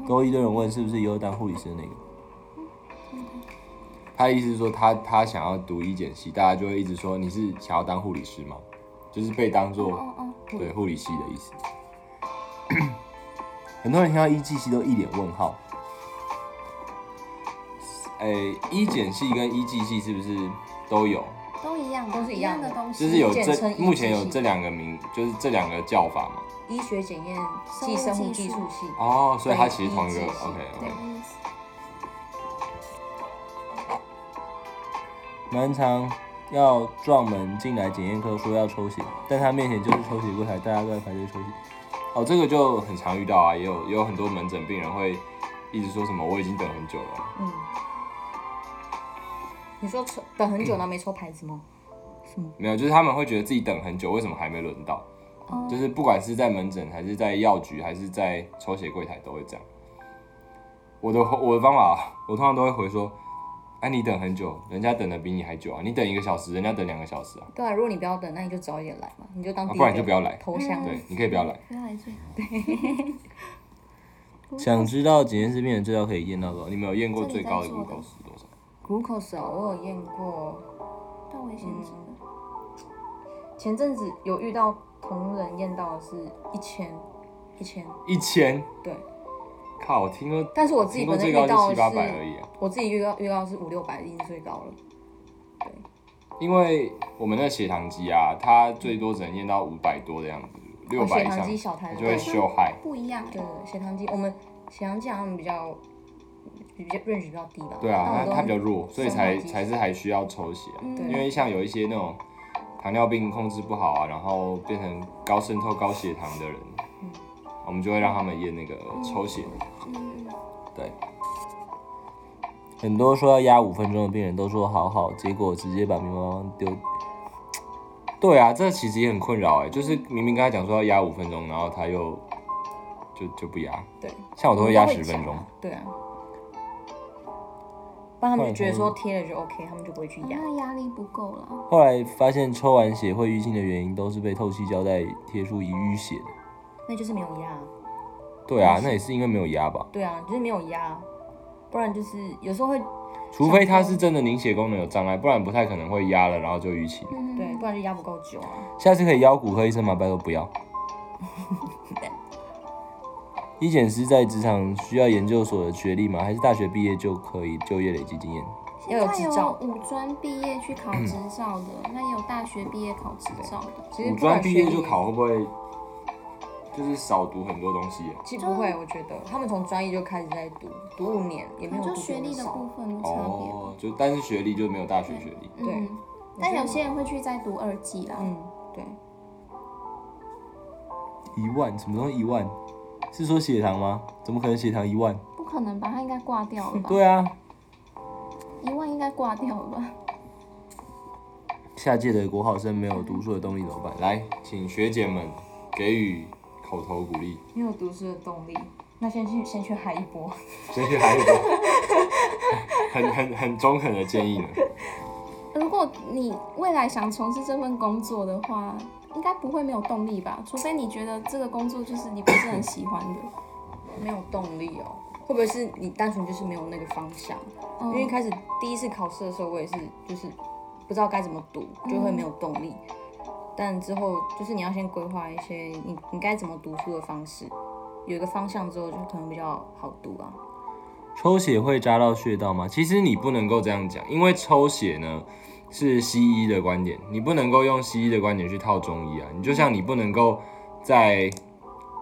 D: 都一堆人问是不是以后当护理师的那个。
A: 他的意思是说他他想要读医检系，大家就会一直说你是想要当护理师吗？就是被当做
C: 哦哦，
A: 对
B: 嗯
A: 护理系的意思。
D: 很多人听到
A: E
D: 医技系都一脸问号，
A: 诶、医检系跟医技系是不是都有？
C: 都一样嘛，
B: 都是一
C: 一
B: 样
C: 样
B: 的
C: 的东西，
A: 就是有
B: 简
A: 这
B: 称医技
A: 目前有
B: 系
A: 这两个名，就是这两个叫法嘛。
B: 医学检验暨生物技术系，
A: 哦，所以它
B: 对
A: 其实同一个
B: 医技系
A: OK OK
C: 对。意思
D: 蛮常要撞门进来检验科说要抽血，但他面前就是抽血柜台，大家都在排队抽血。
A: 哦，这个就很常遇到啊，也有也有很多门诊病人会一直说什么我已经等很久了，
B: 嗯。你说抽等很久了没抽牌子吗？
A: 没有，就是他们会觉得自己等很久，为什么还没轮到？
C: 哦
A: 就是不管是在门诊，还是在药局，还是在抽血柜台，都会这样。我的我的方法，我通常都会回说：“哎、你等很久，人家等的比你还久啊！你等一个小时，人家等两个小时啊！
B: 对啊，如果你不要等，那你就早一点来嘛，你就当
A: 啊
B: 第一
A: 不然
B: 个
A: 就不要来
B: 投降。
A: 对，你可以不要来。
C: 不要来最好，
D: 想知道检验室病人最高可以验到多少？
A: 你们有验过
C: 这
A: 最
C: 里在
A: 高的
C: 做
A: g l u
C: 的
A: c 是多少？
B: Glucose 哦，我有验过，
C: 到危险值了。
B: 前阵子有遇到同仁验到的是一千，一千，
A: 一千！
B: 对，
A: 靠，我听说，
B: 但是我自
A: 听
B: 己
A: 说
B: 本身
A: 最
B: 遇
A: 高就
B: 到
A: 七
B: 的是
A: 八百而已啊。
B: 我自己预告预告是五六百，已经最高了。
A: 因为我们那个血糖机啊，它最多只能验到五百多的样子，六
B: 哦
A: 百
B: 血
A: 以
B: 糖机
A: 上
B: 小台
A: 它
B: 的
A: 就会
B: 对
A: 秀嗨。
C: 不一样，
B: 对血糖机，我们血糖机好像比较比较 range 比较低吧？
A: 对
B: 但
A: 啊，它
B: 我都
A: 它比较弱，所以才
B: 生化机
A: 才是还需要抽血啊。
C: 嗯
A: 因为像有一些那种糖尿病控制不好啊，然后变成高渗透、高血糖的人，我们就会让他们验那个抽血。
C: 嗯，
A: 对，
D: 很多说要压五分钟的病人都说好好，结果直接把棉花棒丢。
A: 对啊，这其实也很困扰哎、就是明明跟他讲说要压五分钟，然后他又就就不压。
B: 对
A: 像我都会压十分
C: 我都
A: 钟
C: 会。
B: 对啊，不然他们就觉得
D: 换
B: 说贴了就 OK，他们就不会去压。
C: 那压力不够了，
D: 后来发现抽完血会淤青的原因都是被透气胶带贴出已淤血的。
B: 那就是没有压。啊
D: 对
B: 嗯
D: 啊，那也是因为没有压吧，
B: 对啊，就是没有压，不然就是有时候会
A: 除非他是真的凝血功能有障碍，不然不太可能会压了然后就淤青。
C: 嗯，
B: 对，不然就压不够久啊。
D: 下次可以邀骨科医生吗？拜托不要。 医检师在职场需要研究所的学历吗？还是大学毕业就可以就业累积经验？
C: 现
B: 要有
C: 在
B: 执照
C: 五专毕业去考执照的，那也有大学毕业考执照的，
B: 其实
A: 五
B: 不
A: 专
B: 管
A: 毕业
B: 学历
A: 就考，，会不会就是少读很多东西啊耶、
B: 其实不会，我觉得他们从专业就开始在读，读五年也没有
C: 哦就
B: 读
C: 学历的
B: 少
C: 部分的差别。
A: 哦，就但是学历就没有大学学历。
B: 对
C: 嗯，但有些人会去再读二技啦，
B: 嗯，对，
D: 一万？什么东西一万？是说血糖吗？怎么可能血糖一万？
C: 不可能吧？他应该挂掉了吧？
D: 对啊，
C: 一万应该挂掉了吧？
D: 下届的国考生没有读书的动力怎么办？来，
A: 来，请学姐们给予口头鼓励。
B: 没有读书的动力。那先去先去嗨一波，
A: 先去还有一个很很很中肯的建议呢。
C: 如果你未来想从事这份工作的话，应该不会没有动力吧？除非你觉得这个工作就是你不是很喜欢 的，
B: 没有动力哦。会不会是你单纯就是没有那个方向？因为一
C: 嗯，
B: 开始第一次考试的时候，我也是就是不知道该怎么读，就会没有动力。但之后就是你要先规划一些你你该怎么读书的方式，有一个方向之后，就可能比较好读啊。
D: 抽血会扎到穴道吗？
A: 其实你不能够这样讲，因为抽血呢是西医的观点，你不能够用西医的观点去套中医啊。你就像你不能够在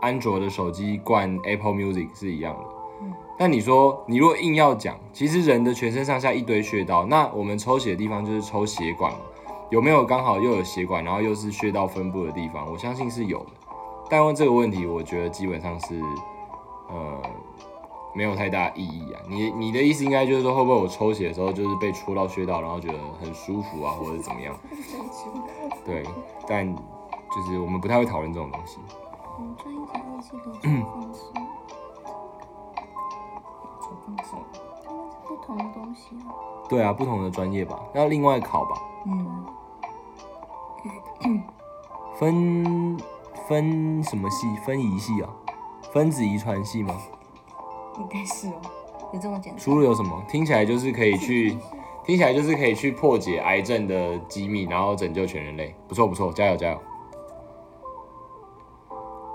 A: 安卓的手机灌 Apple Music 是一样的。但你说，你如果硬要讲，其实人的全身上下一堆穴道，那我们抽血的地方就是抽血管嘛，有没有刚好又有血管，然后又是穴道分布的地方？我相信是有的。但问这个问题，我觉得基本上是，呃，没有太大意义啊。你你的意思应该就是说，会不会我抽血的时候就是被戳到穴道，然后觉得很舒服啊，或者是怎么样？对，但就是我们不太会讨论这种东西。
C: 我专一节日记 得做
B: 手放
C: 放松，
B: 松。
C: 应该是不同的东西啊。
A: 对啊，不同的专业吧，要另外考吧。
B: 嗯，
A: 分分什么系？分遗系啊？分子遗传系吗？
B: 应该是哦，有这么简单？
A: 输入有什么？听起来就是可以去，听起来就是可以去破解癌症的机密，然后拯救全人类。不错不错，加油加油！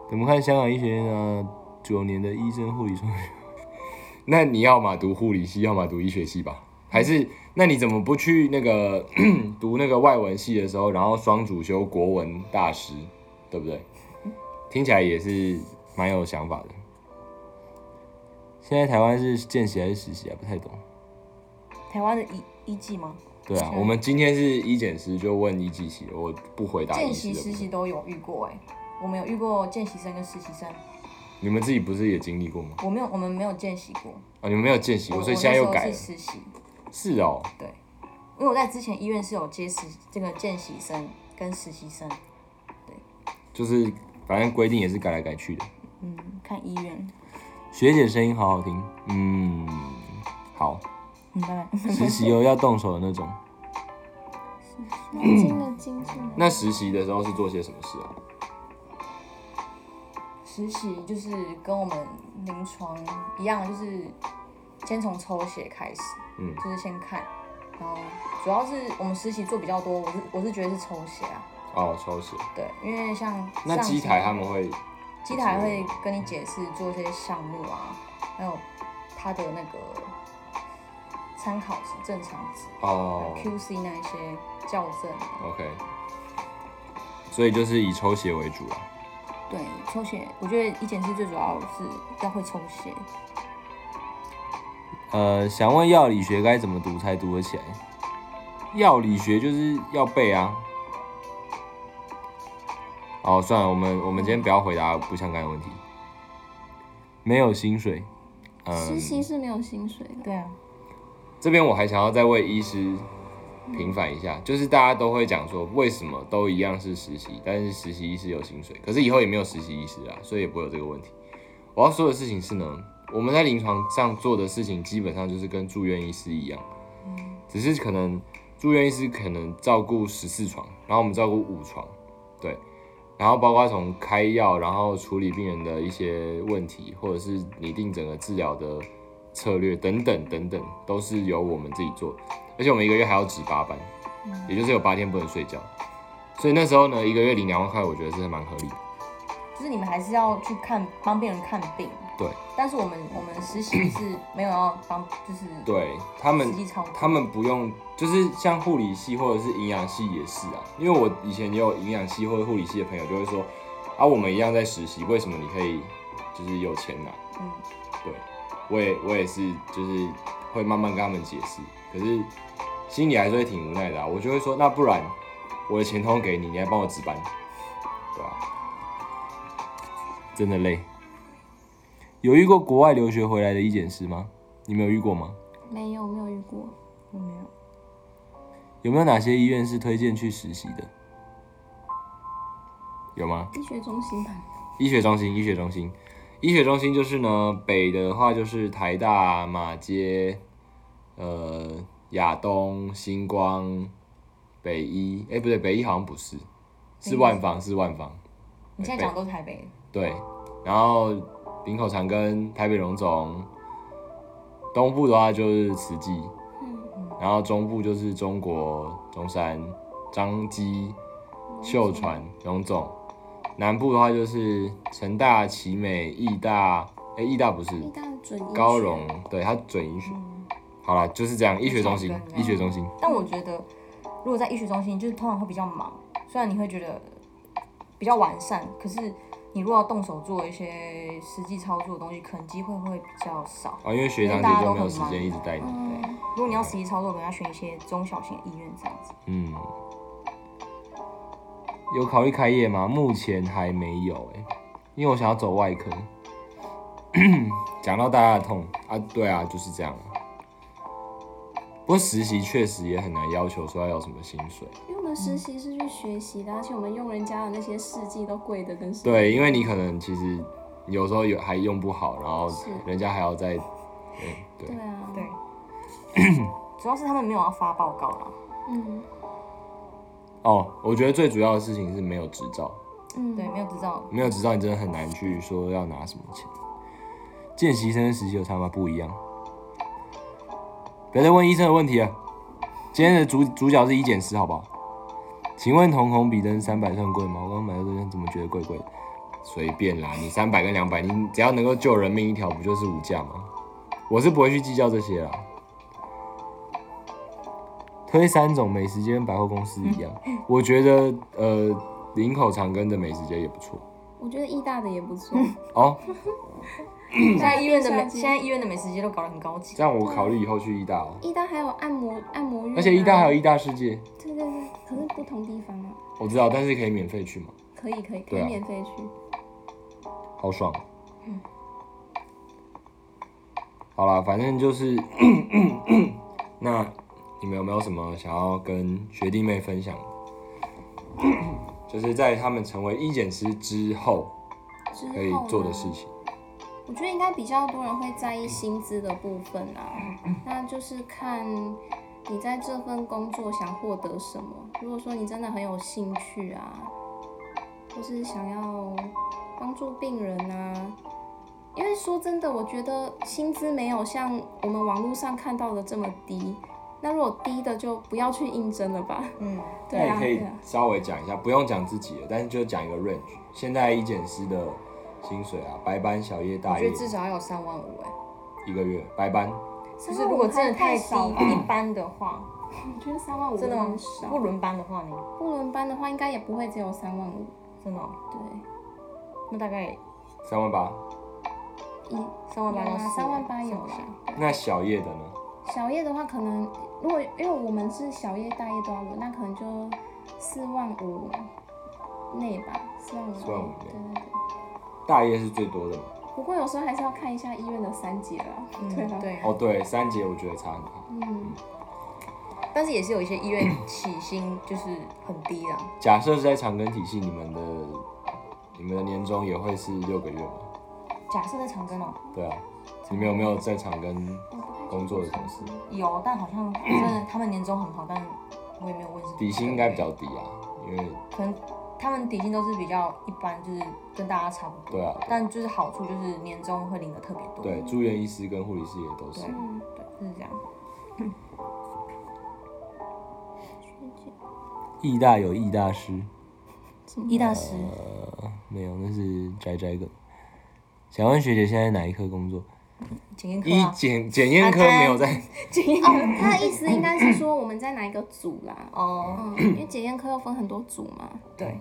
A: 怎么看香港医学院啊？九年的医生护理专业， 那你要么读护理系，要么读医学系吧？还是那你怎么不去那个 读那个外文系的时候，然后双主修国文大师，对不对？听起来也是蛮有想法的。
D: 现在台湾是见习还是实习啊？不太懂。
B: 台湾的一一季吗？
A: 对啊，
B: 嗯
A: 我们今天是一减十，就问一季期，我不回答
B: 见
A: 一期
B: 习、
A: 的部
B: 实
A: 分。
B: 习都有遇过哎、我们有遇过见习生跟实习生，
A: 你们自己不是也经历过吗？
B: 我没有，我们没有见习过。
A: 啊，你们没有见习过，
B: 我
A: 所以现在又
B: 我那时
A: 改
B: 候
A: 了
B: 是。实习，
A: 是哦，
B: 对，因为我在之前医院是有接实这个见习生跟实习生，
A: 就是反正规定也是改来改去的。
B: 嗯，看医院，
D: 学姐声音好好听，
A: 嗯， 好，
B: 嗯，拜拜。
D: 实习哦要动手的那种。
C: 南京的精进的，
A: 那实习的时候是做些什么事啊？
B: 实习就是跟我们临床一样，就是先从抽血开始，
A: 嗯
B: 就是先看，然后主要是我们实习做比较多，我是我是觉得是抽血啊，
A: 哦，抽血。
B: 对，因为像
A: 那
B: 上
A: 机
B: 次
A: 台他们会
B: 机台会跟你解释做这些项目啊，还有它的那个参考值、正常值、
A: 哦
B: 还有 QC 那一些校正啊，
A: ，OK，所以就是以抽血为主啊。
B: 对，抽血，我觉得一检是最主要是要会抽血，
D: 呃，想问药理学该怎么读才读得起来？
A: 药理学就是要背啊。哦，算了，我们我们今天不要回答不相干的问题。
D: 没有薪水，
B: 嗯
C: 实习是没有薪水的。
B: 对啊，
A: 这边我还想要再为医师平反一下，就是大家都会讲说，为什么都一样是实习，但是实习医师有薪水，可是以后也没有实习医师啊，所以也不会有这个问题。我要说的事情是呢，我们在临床上做的事情基本上就是跟住院医师一样，只是可能住院医师可能照顾十四床，然后我们照顾五床，对，然后包括从开药，然后处理病人的一些问题，或者是拟定整个治疗的策略等等等等，都是由我们自己做的。而且我们一个月还要值八班，也就是有八天不能睡觉。所以那时候呢，一个月领两万块，我觉得是蛮合理的。
B: 就是你们还是要去看帮病人看病，
A: 对，
B: 但是我们我们实习是没有要帮，就是
A: 对他们
B: 实际操作，
A: 他们不用，就是像护理系或者是营养系也是啊，因为我以前也有营养系或者护理系的朋友就会说，啊，我们一样在实习，为什么你可以就是有钱拿、
B: 嗯，
A: 对，我也我也是，就是会慢慢跟他们解释，可是心里还是会挺无奈的啊。我就会说，那不然我的钱通通给你，你还帮我值班，对啊吧、
D: 真的累。有遇过国外留学回来的医检师吗？你们有遇过吗？
C: 没有，没有遇过。
B: 我没有，
D: 有没有哪些医院是推荐去实习的？
A: 有吗？
C: 医学中心吧，
A: 医学中心，医学中心，医学中心就是呢，北的话就是台大、马街，呃，亚东、星光、北医，哎、不对，北医好像不是，是万方，是万方。
B: 你现在讲的都是台北，
A: 对，然后林口长庚、台北荣总，东部的话就是慈济，嗯然后中部就是中国中山、张基、秀传、荣总，南部的话就是成大、奇美、义大，哎，义大不
B: 嗯
A: 是
C: 一旦准医学
A: 高荣，对，它准医学。好啦，就是这样，医学哦中心
B: 长庚，啊
A: 医学中心，
B: 嗯但我觉得如果在医学中心，就是通常会比较忙，虽然你会觉得比较完善，可是你如果要动手做一些实际操作的东西，可能机会会比较少。
A: 啊，因为学长姐就没有时间一直带你，
C: 嗯，
B: 如果你要实际操作，可能要选一些中小型的医院这样子。
A: 嗯，
D: 有考虑开业吗？目前还没有
A: 欸
D: 诶、因为我想要走外科。
A: 讲到大家的痛啊，对啊，就是这样啊。不过实习确实也很难要求说要有什么薪水，
C: 因为我们们实习是去学习的，而且我们用人家的那些试剂都贵的跟什么
A: 对，因为你可能其实有时候有还用不好，然后
C: 是
A: 人家还要再，对哦对
C: 对啊，
B: 对，
A: 嗯
B: 主要是他们没有要发报告啦。
C: 嗯
A: 哦，我觉得最主要的事情是没有执照，
C: 嗯，
B: 对，没有执照，
A: 没有执照你真的很难去说要拿什么钱。见习生跟实习有差吗？不一样。别再问医生的问题了。今天的主主角是一减十，好不好？请问瞳孔比灯三百算贵吗？我刚买到这边怎么觉得贵贵的？随便啦，你三百跟两百，你只要能够救人命一条，不就是无价吗？我是不会去计较这些啦。推三种美食街跟百货公司一样，我觉得呃林口长庚的美食街也不错
C: 我觉得义大的也不错，
B: 嗯
A: 哦。
B: 现在医院的美，
C: 嗯
B: 现在医院的美食街都搞得很高级
A: 这。样我考虑以后去医大哦，
C: 义大还有按摩按摩院啊，
A: 而且医大还有医大世界，
C: 对对对，可是不同地方啊，
A: 我知道，但是可以免费去嘛，
C: 可以可以可
A: 对
C: 以
A: 啊
C: 免费去，
A: 好爽。好啦，反正就是 那你们有没有什么想要跟学弟妹分享？ 就是在他们成为医检师之后
C: 之
A: 可以
C: 后
A: 做
C: 呢
A: 的事情。
B: 哦
C: 我觉得应该比较多人会在意薪资的部分啊，那就是看你在这份工作想获得什么。如果说你真的很有兴趣啊，或是想要帮助病人啊，因为说真的，我觉得薪资没有像我们网络上看到的这么低。那如果低的就不要去应征 了吧。
B: 嗯，
C: 对
A: 那
C: 啊，
A: 你可
C: 对
A: 以
C: 啊，
A: 稍微讲一下，不用讲自己的，但是就讲一个 range。现在医检师的薪水啊，白班、小夜、
B: 我
A: 大
B: 觉
A: 夜
B: 得至少要有三万五哎，
A: 一个月，白班
C: 就
B: 就是如果真的太低
C: 少了，
B: 一般的话，
C: 我觉得三万五
B: 真的吗
C: 很？少
B: 不。轮班的话呢？
C: 不轮班的话，应该也不会只有三万五。
B: 真的哦，
C: 对。
B: 那大概
A: 三万八。
C: 一
B: 三万八到四
C: 三万八有
B: 了
C: 啦。。
A: 那小叶的呢？
C: 小夜的话，可能如果因为我们是小夜大夜都要轮，那可能就四万五内吧，四万五内。
A: 4万五内
C: 对对对。
A: 大叶是最多的嘛？
C: 不过有时候还是要看一下医院的三节啦。对
B: 嗯，
C: 啊。
B: 对，
A: 哦，对，三节我觉得差很多。
C: 嗯，
B: 但是也是有一些医院起薪就是很低啦，
A: 假设是在长庚体系，你们的你们的年终也会是六个月吗？
B: 假设在长庚哦，
A: 对啊，你们有没有在长庚
C: 我不太清楚
A: 工作的同事？
B: 有，但好像真 的他们年终很好，但我也没有问是
A: 底薪应该比较低啊，因为
B: 可能他们底薪都是比较一般，就是跟大家差不多。
A: 对啊
B: 但就是好处就是年终会领的特别多。
A: 对呃住院医师跟护理师也都是
B: 对。
C: 嗯，
B: 对，就是这样。
D: 义大有义大师，
B: 一大师，
D: 没有，那是宅宅梗。想问学姐现在哪一科工作？
C: 啊
B: 检验科
A: 医
B: 啊，
A: 检检验科没有在，
B: 检验
C: 哦，他的意思应该是说我们在哪一个组啦？
B: 哦，
C: 嗯，因为检验科要分很多组嘛。
B: 对，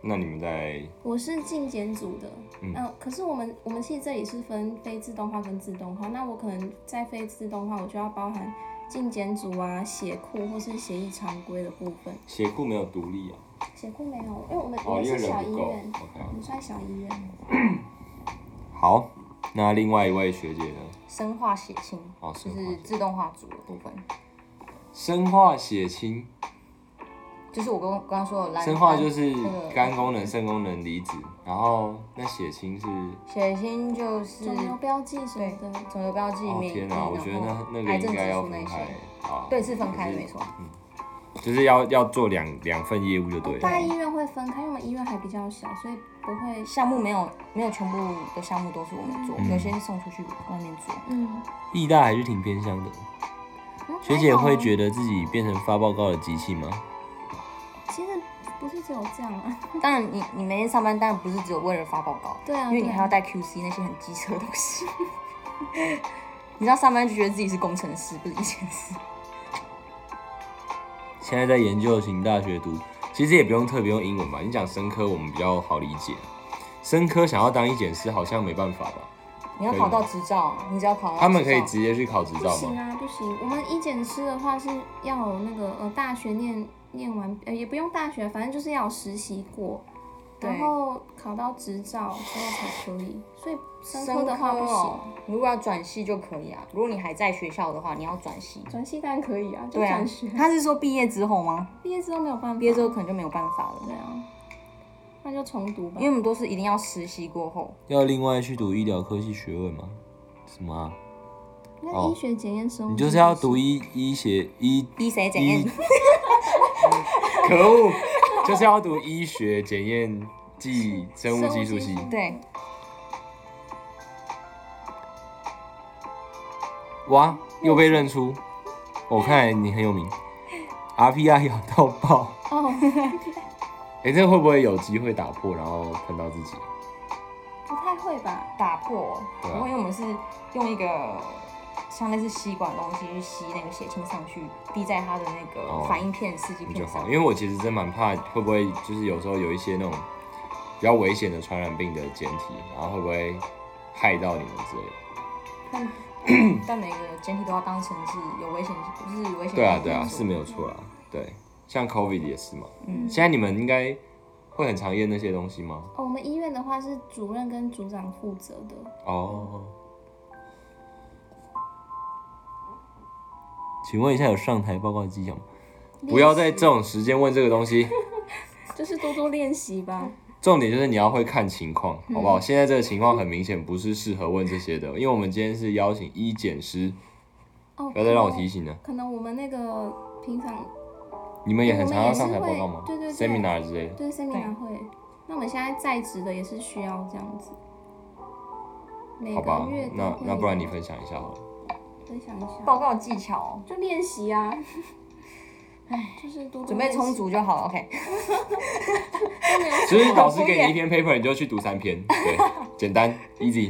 A: 那你们在
C: 我是进检组的，嗯、可是我们我们其实这里是分非自动化跟自动化，那我可能在非自动化，我就要包含进检组啊、血库或是协议常规的部分。
A: 血库没有独立啊？
C: 血库没有，因为我们、我
A: 哦，
C: 们
A: 因为
C: 是小
A: 人
C: 医
A: 不够。
C: 院，我
A: OK。
C: 们算小医院。
A: 好，那另外一位学姐呢？
B: 生化血清，
A: 哦
B: 就
A: 生化
B: 是
A: 血清
B: 自动化组的部分，
A: 生化血清，
B: 就是我刚刚刚说的蓝
A: 生化就是
B: 那个
A: 肝功能、肾功能离子，然后那血清是
B: 血清就是
C: 肿瘤标记什
B: 对
C: 么的，
B: 肿瘤标记、
A: 哦
B: 免疫，
A: 天
B: 然后
A: 我觉得那那个
B: 癌症
A: 应
B: 指
A: 该要
B: 数那
A: 分开
B: 些，
A: 啊，
B: 对，是分开
A: 就是
B: 的，没错。
A: 就是要要做两两份业务就
B: 哦
A: 对啊
C: 大医
A: 了。
C: 院会分开，因为我们医院还比较小，所以不会。
B: 项目没有没有全部的项目都是我们做，
A: 嗯
B: 有些是送出去外面做。
C: 嗯，
D: 义大还是挺偏向的。
C: 嗯
D: 学姐会觉
C: 得，
D: 得自己变成发报告的机器吗？
C: 其实不是只有这样啊。
B: 当然你，你每天上班当然不是只有为了发报告，
C: 对啊
B: 因为你
C: 对啊
B: 还要带 QC 那些很机车的东西。 你知道上班就觉得自己是工程师，不是一件事。
D: 现在在研究型大学读，其实也不用特别用英文吧。你讲生科，我们比较好理解。生科想要当医检师，好像没办法吧？
B: 你要考到执照，你只要考到
A: 他们
B: 执
A: 可
B: 照
A: 以直接去考执
C: 不
A: 照
C: 行
A: 吗？
C: 啊，不行。我们医检师的话是要有那个呃大学念念完，呃也不用大学，反正就是要有实习过。
B: 对
C: 然后考到执照之后才可以，所以生
B: 科
C: 科的话不
B: 哦
C: 行，
B: 如果要转系就可以啊。如果你还在学校的话，你要转系。
C: 转系当然可以啊，就
B: 对啊
C: 转学，，
B: 他是说毕业之后吗？
C: 毕业之后没有办法，
B: 毕业之后可能就没有办法了，
C: 对啊，那就重读吧
B: 因为。我们都是一定要实习过后。
A: 要另外去读医疗科系学位吗？什么啊？
C: 那医学检验生物，
A: 你就是要读医医学医
B: 医谁检验
A: 医？可恶， 就是要读医学检验暨生物技术系。
B: 对，
A: 哇，又被认出，我、看来你很有名，RPR 咬到爆。
C: 哦，
A: 哎、这会不会有机会打破，然后喷到自己？
C: 不太会吧？
B: 打破，
A: 对啊
B: 不过因为我们是用一个像类似吸管的东西去吸那个血清上去，滴在它的那
A: 哦
B: 个反应片、刺激
A: 你就
B: 片
A: 好，
B: 上
A: 因。为我其实真蛮怕会不会就是有时候有一些那种比较危险的传染病的简体，然后会不会害到你们之类的？
B: 但但每个简体都要当成是有危险，就是危险。
A: 对啊，对啊，是没有错啦。对，像 COVID 也是嘛。
B: 嗯
A: 现在你们应该会很常验那些东西吗？
C: 哦，我们医院的话是主任跟组长负责的，
A: 哦。请问一下，有上台报告的迹象吗？不要在这种时间问这个东西。
C: 就是多多练习吧。
A: 重点就是你要会看情况，
C: 嗯
A: 好不好？现在这个情况很明显不是适合问这些的，因为我们今天是邀请医检师，
C: 哦，
A: 不要再让我提醒了。
C: 可能我们那个平常
A: 你们也很常要上台报告吗？
C: 我们也是会对对
A: seminar 之类的。
C: 对 seminar 会，那我们现在在职的也是需要这样子，每
A: 好吧
C: 个月，都
A: 那
C: 会
A: 那不然你分享一下好了。
C: 分享一下，
B: 报告技巧，哦
C: 就练习啊， 就是多多
B: 准备
C: 练习啊
B: 充，足就好了。OK，
C: 都没有
A: 就是老师给你一篇 paper，你就去读三篇，对，简单 easy。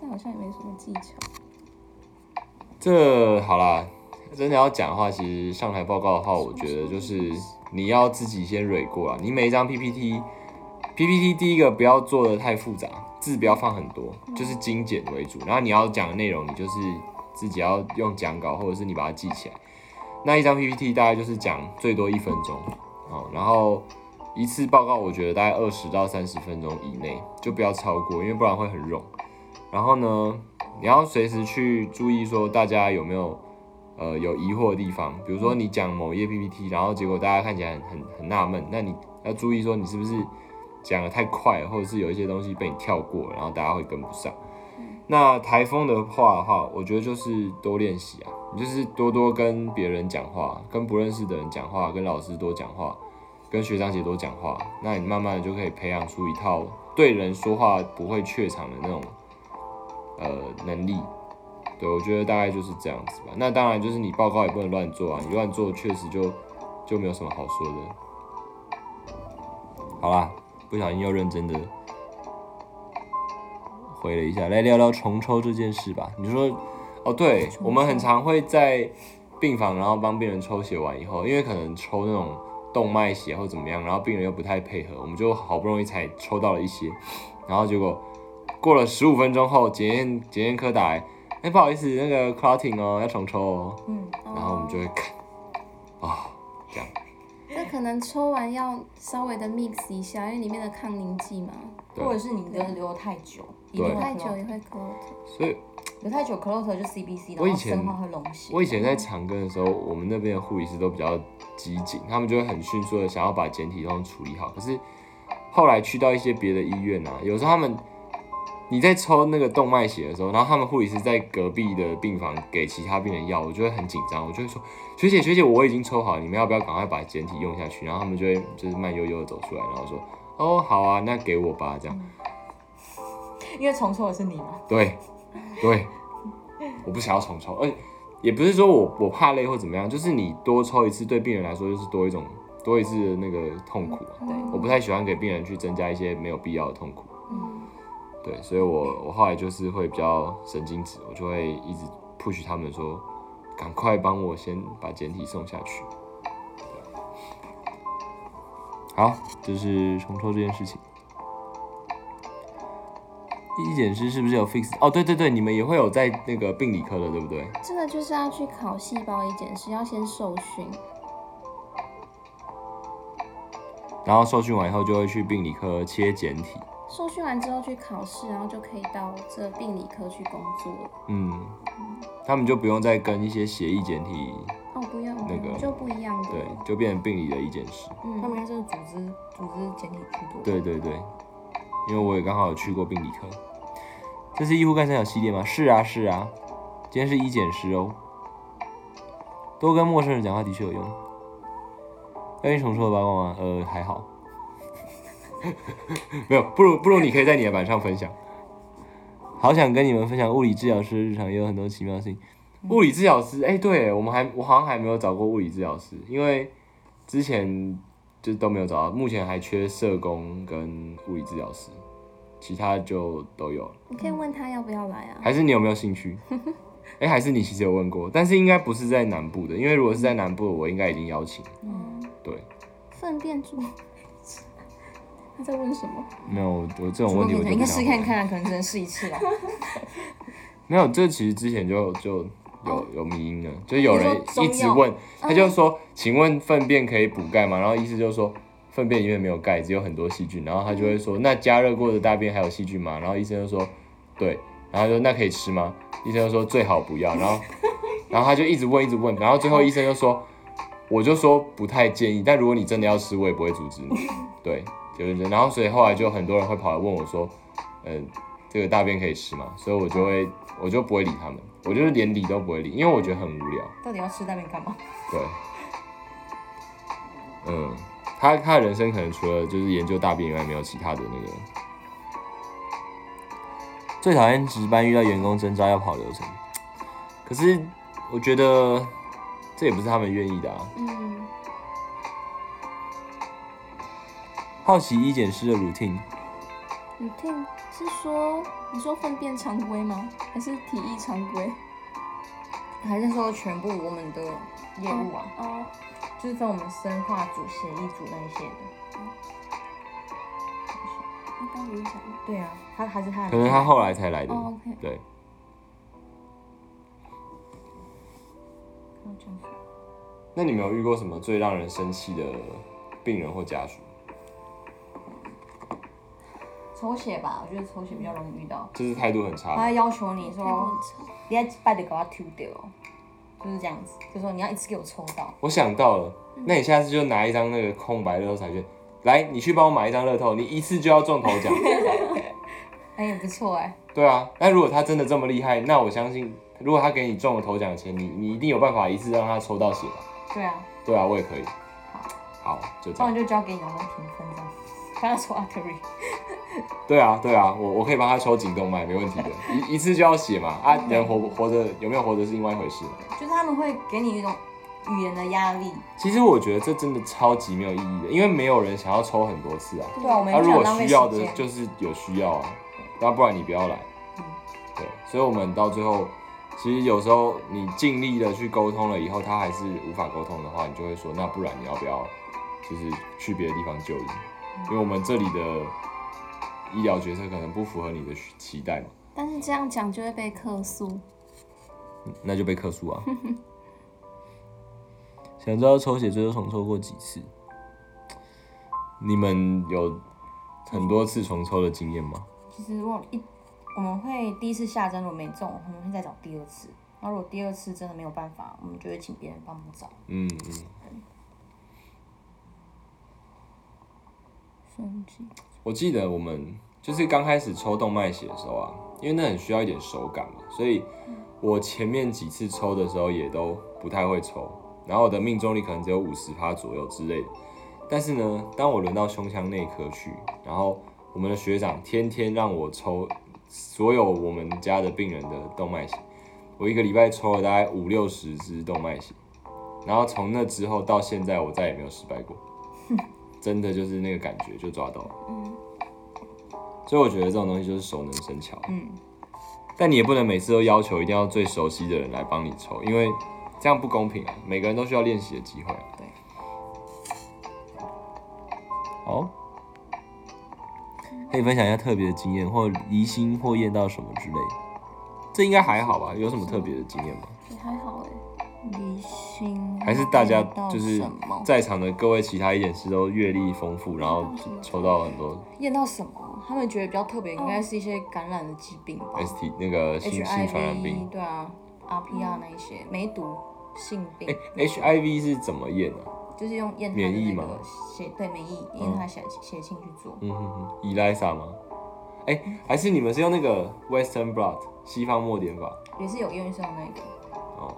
C: 这好像也没什么技巧，
A: 这好啦，真的要讲的话，其实上台报告的话，我觉得就是你要自己先蕊过啊。你每一张 PPT，PPT 第一个不要做的太复杂，字不要放很多，就是精简为主。然后你要讲的内容，你就是自己要用讲稿，或者是你把它记起来。那一张 PPT 大概就是讲最多一分钟，好，然后一次报告我觉得大概二十到三十分钟以内，就不要超过，因为不然会很冗。然后呢，你要随时去注意说大家有没有呃有疑惑的地方，比如说你讲某页 PPT，然后结果大家看起来很很很纳闷，那你要注意说你是不是讲的太快了，或者是有一些东西被你跳过，然后大家会跟不上。那台风的话的话，我觉得就是多练习啊，你就是多多跟别人讲话，跟不认识的人讲话，跟老师多讲话，跟学长姐多讲话，那你慢慢的就可以培养出一套对人说话不会怯场的那种呃能力。对，我觉得大概就是这样子吧。那当然就是你报告也不能乱做啊，你乱做确实就就没有什么好说的。好啦，不小心又认真的回了一下，来聊聊重抽这件事吧。你说，哦，对，我们很常会在病房，然后帮病人抽血完以后，因为可能抽那种动脉血或怎么样，然后病人又不太配合，我们就好不容易才抽到了一些，然后结果过了十五分钟后，检验检验科打来，哎、不好意思，那个 clotting 哦，要重抽哦，
B: 嗯，
A: 然后我们就会
C: 哦
A: 看，啊、这样，
C: 那可能抽完要稍微的 mix 一下，因为里面的抗凝剂嘛，
A: 对
B: 或者是你的留太久，一
A: 对
B: 定
C: 留
B: 会
C: 太久
B: clot
C: 也会 clot。
A: 所以
B: 留太久 c l o t e 就 CBC，
A: 我以
B: 然后
A: 前
B: 生化会溶血。
A: 我以前在长庚的时候，我们那边的护理师都比较机警，他们就会很迅速的想要把简体通处理好。可是后来去到一些别的医院啊，有时候他们你在抽那个动脉血的时候，然后他们护理师在隔壁的病房给其他病人药，我就会很紧张，我就会说学姐学姐，我已经抽好，你们要不要赶快把简体用下去？然后他们就会就是慢悠悠的走出来，然后说哦好啊，那给我吧这样。
B: 因为重抽的是你嘛，
A: 对，对，我不想要重抽，而且也不是说我我怕累或怎么样，就是你多抽一次，对病人来说就是多一种多一次的那个痛苦啊。
B: 对
A: 我不太喜欢给病人去增加一些没有必要的痛苦，
C: 嗯，
A: 对，所以我我后来就是会比较神经质，我就会一直 push 他们说，赶快帮我先把简体送下去。对好，就是重抽这件事情。医检师是不是有 fix？哦，对对对，你们也会有在那个病理科的，对不对？
C: 这个就是要去考细胞一检师，要先受训。
A: 然后受训完以后就会去病理科切简体，
C: 受训完之后去考试，然后就可以到这病理科去工作了。
A: 嗯，他们就不用再跟一些协议简体，
C: 哦，不用，
A: 那个
C: 就不一样的。
A: 对，就变成病理的一件事。
B: 他们
C: 嗯，
B: 应该是组织组织简体居多。
A: 对对对，因为我也刚好有去过病理科。这是医护干三角系列吗？是啊是啊，今天是医检师哦。多跟陌生人讲话的确有用。要你重说的八卦吗？呃，还好。 没有，不如不如你可以在你的板上分享。好想跟你们分享物理治疗师的日常，也有很多奇妙性。物理治疗师，哎、对我们还我好像还没有找过物理治疗师，因为之前就都没有找到，目前还缺社工跟物理治疗师，其他就都有了。
C: 你可以问他要不要来啊？
A: 还是你有没有兴趣？哎、还是你其实有问过，但是应该不是在南部的，因为如果是在南部的，我应该已经邀请。
C: 嗯，
A: 对，
C: 粪便猪，他在问什么？
A: 没有，我我这种问题我就
B: 应
A: 不
B: 该
A: 想
B: 试
A: 回
B: 看
A: 答
B: 看啊，可能只能试一次啦。
A: 没有，这其实之前就就有有迷因了，就有人
C: 你说
A: 一
C: 中
A: 直
C: 药嗯
A: 问，他就说：“请问粪便可以补钙吗？”然后医师就说：“粪便里面没有钙，只有很多细菌。”然后他就会
C: 嗯
A: 说：“那加热过的大便还有细菌吗？”然后医生就说：“对。”然后他说：“那可以吃吗？”医生就说：“最好不要。” 然后然后他就一直问一直问，然后最后医生就说：“我就说不太建议，但如果你真的要吃，我也不会阻止你。” 对，就是这样。然后所以后来就很多人会跑来问我说：“嗯、这个大便可以吃吗？”所以我就会我就不会理他们，我就是连理都不会理，因为我觉得很无聊。
B: 到底要吃大便干嘛？
A: 对，嗯，他他的人生可能除了就是研究大便以外，没有其他的那个。最讨厌值班遇到员工征招要跑流程，可是我觉得这也不是他们愿意的啊。
C: 嗯，
A: 好奇医检师的 routine，
C: 你听是说你说粪便常规吗？还是体液常规？
B: 还是说全部我们的业务啊，
C: 哦，
B: 就是分我们生化组、协议组那一些的。
C: 那刚不是讲了
B: 对啊，他还是他
A: 可能他后来才来的。
C: 哦，OK，
A: 对，
B: 要讲什么
A: 那你们有遇过什么最让人生气的病人或家属？
B: 抽血吧，我觉得抽血比较容易遇到。
A: 就是态度很
C: 哦
A: 差
B: 他
A: 的。
B: 要求你
C: 太过
B: 说，
C: 长。
B: 你要拜的给我抽掉哦，就是这样子，就说你要一次给我抽到。
A: 我想到了，那你下次就拿一张那个空白乐透彩券，来，你去帮我买一张乐透，你一次就要中头奖。
B: 哎，也不错哎，
A: 对啊，那如果他真的这么厉害，那我相信，如果他给你中了头奖的钱，你你一定有办法一次让他抽到血吧？
B: 对啊，
A: 对啊，我也可以。好，就这
B: 不
A: 样。
B: 然就交给杨文婷分这样。帮他抽阿特瑞，
A: 对啊，对啊，我我可以帮他抽颈动脉，没问题的。一一次就要血嘛，啊，人活不活着有没有活着是另外一回事。
B: 就是他们会给你一种语言的压力。
A: 其实我觉得这真的超级没有意义的，因为没有人想要抽很多次啊。
B: 对啊，我们
A: 他、
B: 也不
A: 如果
B: 想浪费
A: 需
B: 时
A: 要的
B: 间。嗯
A: 就是有需要啊，那不然你不要来。对，所以我们到最后，其实有时候你尽力的去沟通了以后，他还是无法沟通的话，你就会说，那不然你要不要就是去别的地方就医？
B: 嗯
A: 因为我们这里的医疗决策可能不符合你的需期待嘛，
C: 但是这样讲就会被客诉。
A: 那就被克诉 啊。想知道抽血最多重抽过几次？你们有很多次重抽的经验吗？
B: 其实如果一我们会第一次下针如果没中，我们会再找第二次。然后如果第二次真的没有办法，我们就会请别人帮忙找。
A: 嗯嗯。
C: 生气。
A: 我记得我们就是刚开始抽动脉血的时候啊，因为那很需要一点手感嘛，所以我前面几次抽的时候也都不太会抽，然后我的命中率可能只有五十趴左右之类的。但是呢，当我轮到胸腔内科去，然后我们的学长天天让我抽所有我们家的病人的动脉血，我一个礼拜抽了大概五六十支动脉血，然后从那之后到现在，我再也没有失败过，真的就是那个感觉就抓到了。所以我觉得这种东西就是熟能生巧。
B: 嗯，
A: 但你也不能每次都要求一定要最熟悉的人来帮你抽，因为这样不公平啊！每个人都需要练习的机会、啊。
B: 对。
A: 好，可以分享一下特别的经验，或疑心或验到什么之类的。这应该还好吧？有什么特别的经验吗？
C: 也还好哎、
B: 理性
A: 还是大家
B: 得到
A: 就是
B: 什么
A: 在场的各位其他一点师都阅历丰富，然后抽到很多
B: 验到什么？他们觉得比较特别，应该是一些感染的疾病吧
A: ST 那个性性传染病
B: ，HIV，。对啊，RPR 那一些梅毒、性病
A: 哎、，h i v 是怎么验啊？
B: 就是用验他
A: 免疫
B: 的那
A: 吗
B: 个血，对免疫，验他血血清去做。
A: 嗯哼哼，ELISA 吗？哎、还是你们是用那个 Western blot 西方墨点法？
B: 也是有验上那个，
A: 哦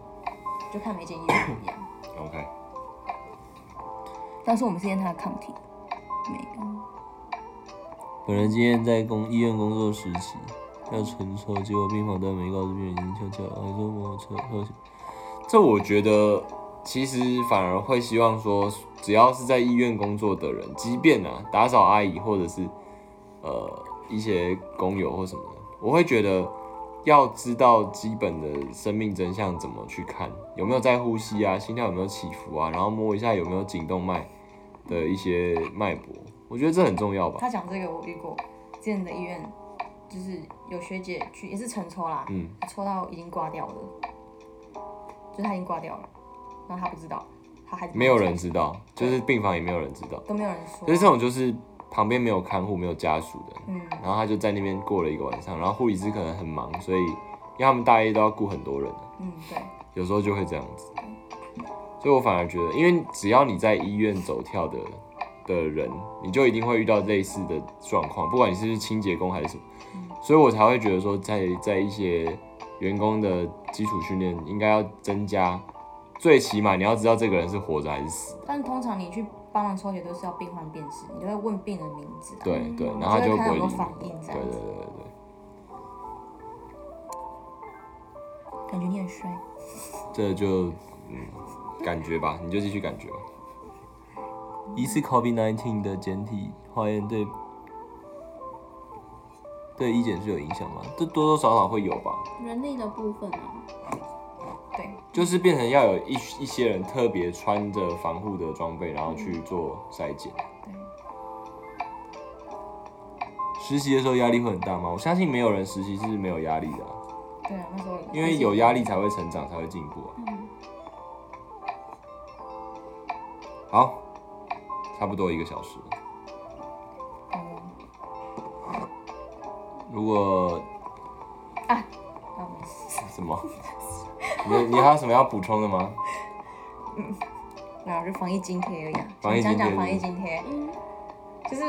B: 就看每间医院不 一样。
A: ，OK，
B: 但是我们是验他的抗体，
A: 哦
B: 没有。
A: 本人今天在工医院工作实习，要乘车，结果病房端没告知病人已经翘翘，还说摩托车车。这我觉得其实反而会希望说，只要是在医院工作的人，即便啊打扫阿姨或者是呃一些工友或什么的，我会觉得要知道基本的生命真相怎么去看，有没有在呼吸啊，心跳有没有起伏啊，然后摸一下有没有颈动脉的一些脉搏，我觉得这很重要吧。
B: 他讲这个我遇过，之前的医院就是有学姐去也是晨抽啦，
A: 嗯，
B: 抽到已经挂掉了，就是他已经挂掉了，然后他不知道，他还
A: 没有人知道，就是病房也没有人知道。
B: 都没有人说
A: 所以，这种就是旁边没有看护、没有家属的，
B: 嗯，
A: 然后他就在那边过了一个晚上。然后护理师可能很忙，所以因为他们大夜都要顾很多人，
B: 嗯，对，
A: 有时候就会这样子。所以我反而觉得，因为只要你在医院走跳的的人，你就一定会遇到类似的状况，不管你是不是清洁工还是什么。所以我才会觉得说在，在一些员工的基础训练应该要增加，最起码你要知道这个人是活着还是死的。
B: 但通常你去帮忙抽血都是要病患辨识，你就会问病人名字、啊，
A: 对对，然
B: 就
A: 后他
B: 会
A: 就不
B: 看
A: 会
B: 有没有
A: 理你
B: 反应这
A: 对
B: 样
A: 对
B: 子
A: 对对对，
B: 感觉你很帅，
A: 这就嗯，感觉吧，你就继续感觉吧。疑似 COVID-19 的简体化验对对医检是有影响吗？这多多少少会有吧，
C: 人力的部分啊，
B: 对，
A: 就是变成要有一一些人特别穿着防护的装备，然后去做筛检。
B: 对，
A: 实习的时候压力会很大吗？我相信没有人实习是没有压力的啊、
B: 对啊，那时候
A: 因为有压力才会成长，才会进步啊。好，差不多一个小时了。
B: 哦
A: 如果
B: 啊没事，
A: 什么， 你你还有什么要补充的吗？
B: 然后就防疫津贴而已、啊，
A: 防疫津贴
B: 想讲讲防
A: 是
B: 疫津贴，
C: 嗯
B: 就是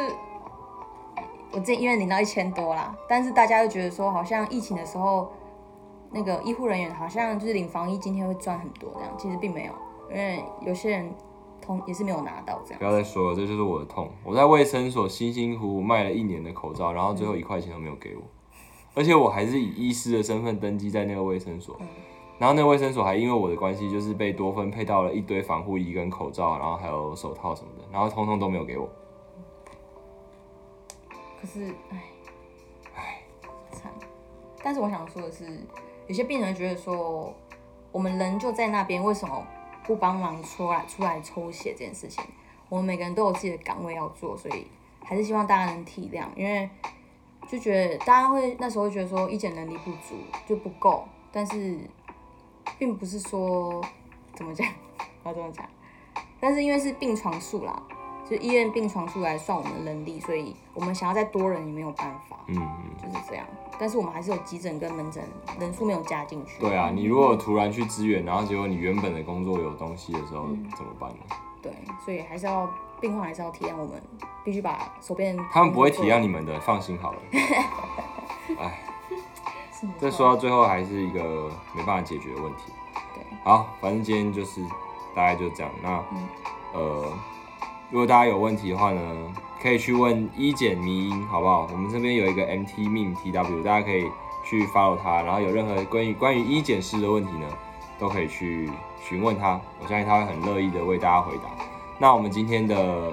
B: 我这医院领到一千多啦，但是大家又觉得说，好像疫情的时候，那个医护人员好像就是领防疫津贴会赚很多这样，其实并没有，因为有些人同也是没有拿到这
A: 不
B: 样。
A: 要再说了，这就是我的痛。我在卫生所辛辛苦苦卖了一年的口罩，然后最后一块钱都没有给我，而且我还是以医师的身份登记在那个卫生所。然后那个卫生所还因为我的关系，就是被多分配到了一堆防护衣跟口罩，然后还有手套什么的，然后通通都没有给我。
B: 可是，唉，唉，惨。但是我想说的是，有些病人觉得说，我们人就在那边，为什么不帮忙出来出来抽血这件事情？我们每个人都有自己的岗位要做，所以还是希望大家能体谅，因为就觉得大家会那时候会觉得说意见能力不足就不够，但是并不是说怎么讲， 我要怎么讲？但是因为是病床数啦，就医院病床数来算我们的能力，所以我们想要再多人也没有办法，
A: 嗯嗯。
B: 就是这样。但是我们还是有急诊跟门诊人数没有加进去。
A: 对啊，你如果突然去支援，然后结果你原本的工作有东西的时候，怎么办呢？
B: 对，所以还是要病患还是要体谅我们，必须把手边
A: 他们不会体谅你们的，放心好了。
B: 是没错
A: 这说到最后还是一个没办法解决的问题。
B: 对，
A: 好，反正今天就是大概就这样。那、呃，如果大家有问题的话呢，可以去问一减迷音，好不好？我们这边有一个 MT Meme TW，大家可以去 follow 他。然后有任何关于关于一减师的问题呢，都可以去询问他，我相信他会很乐意的为大家回答。那我们今天的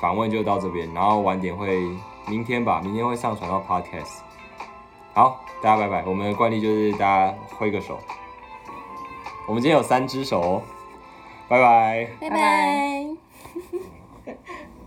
A: 访问就到这边，然后晚点会明天吧，明天会上传到 Podcast。好，大家拜拜。我们的惯例就是大家挥个手。我们今天有三只手哦，拜拜。
C: 拜
B: 拜拜
C: 拜。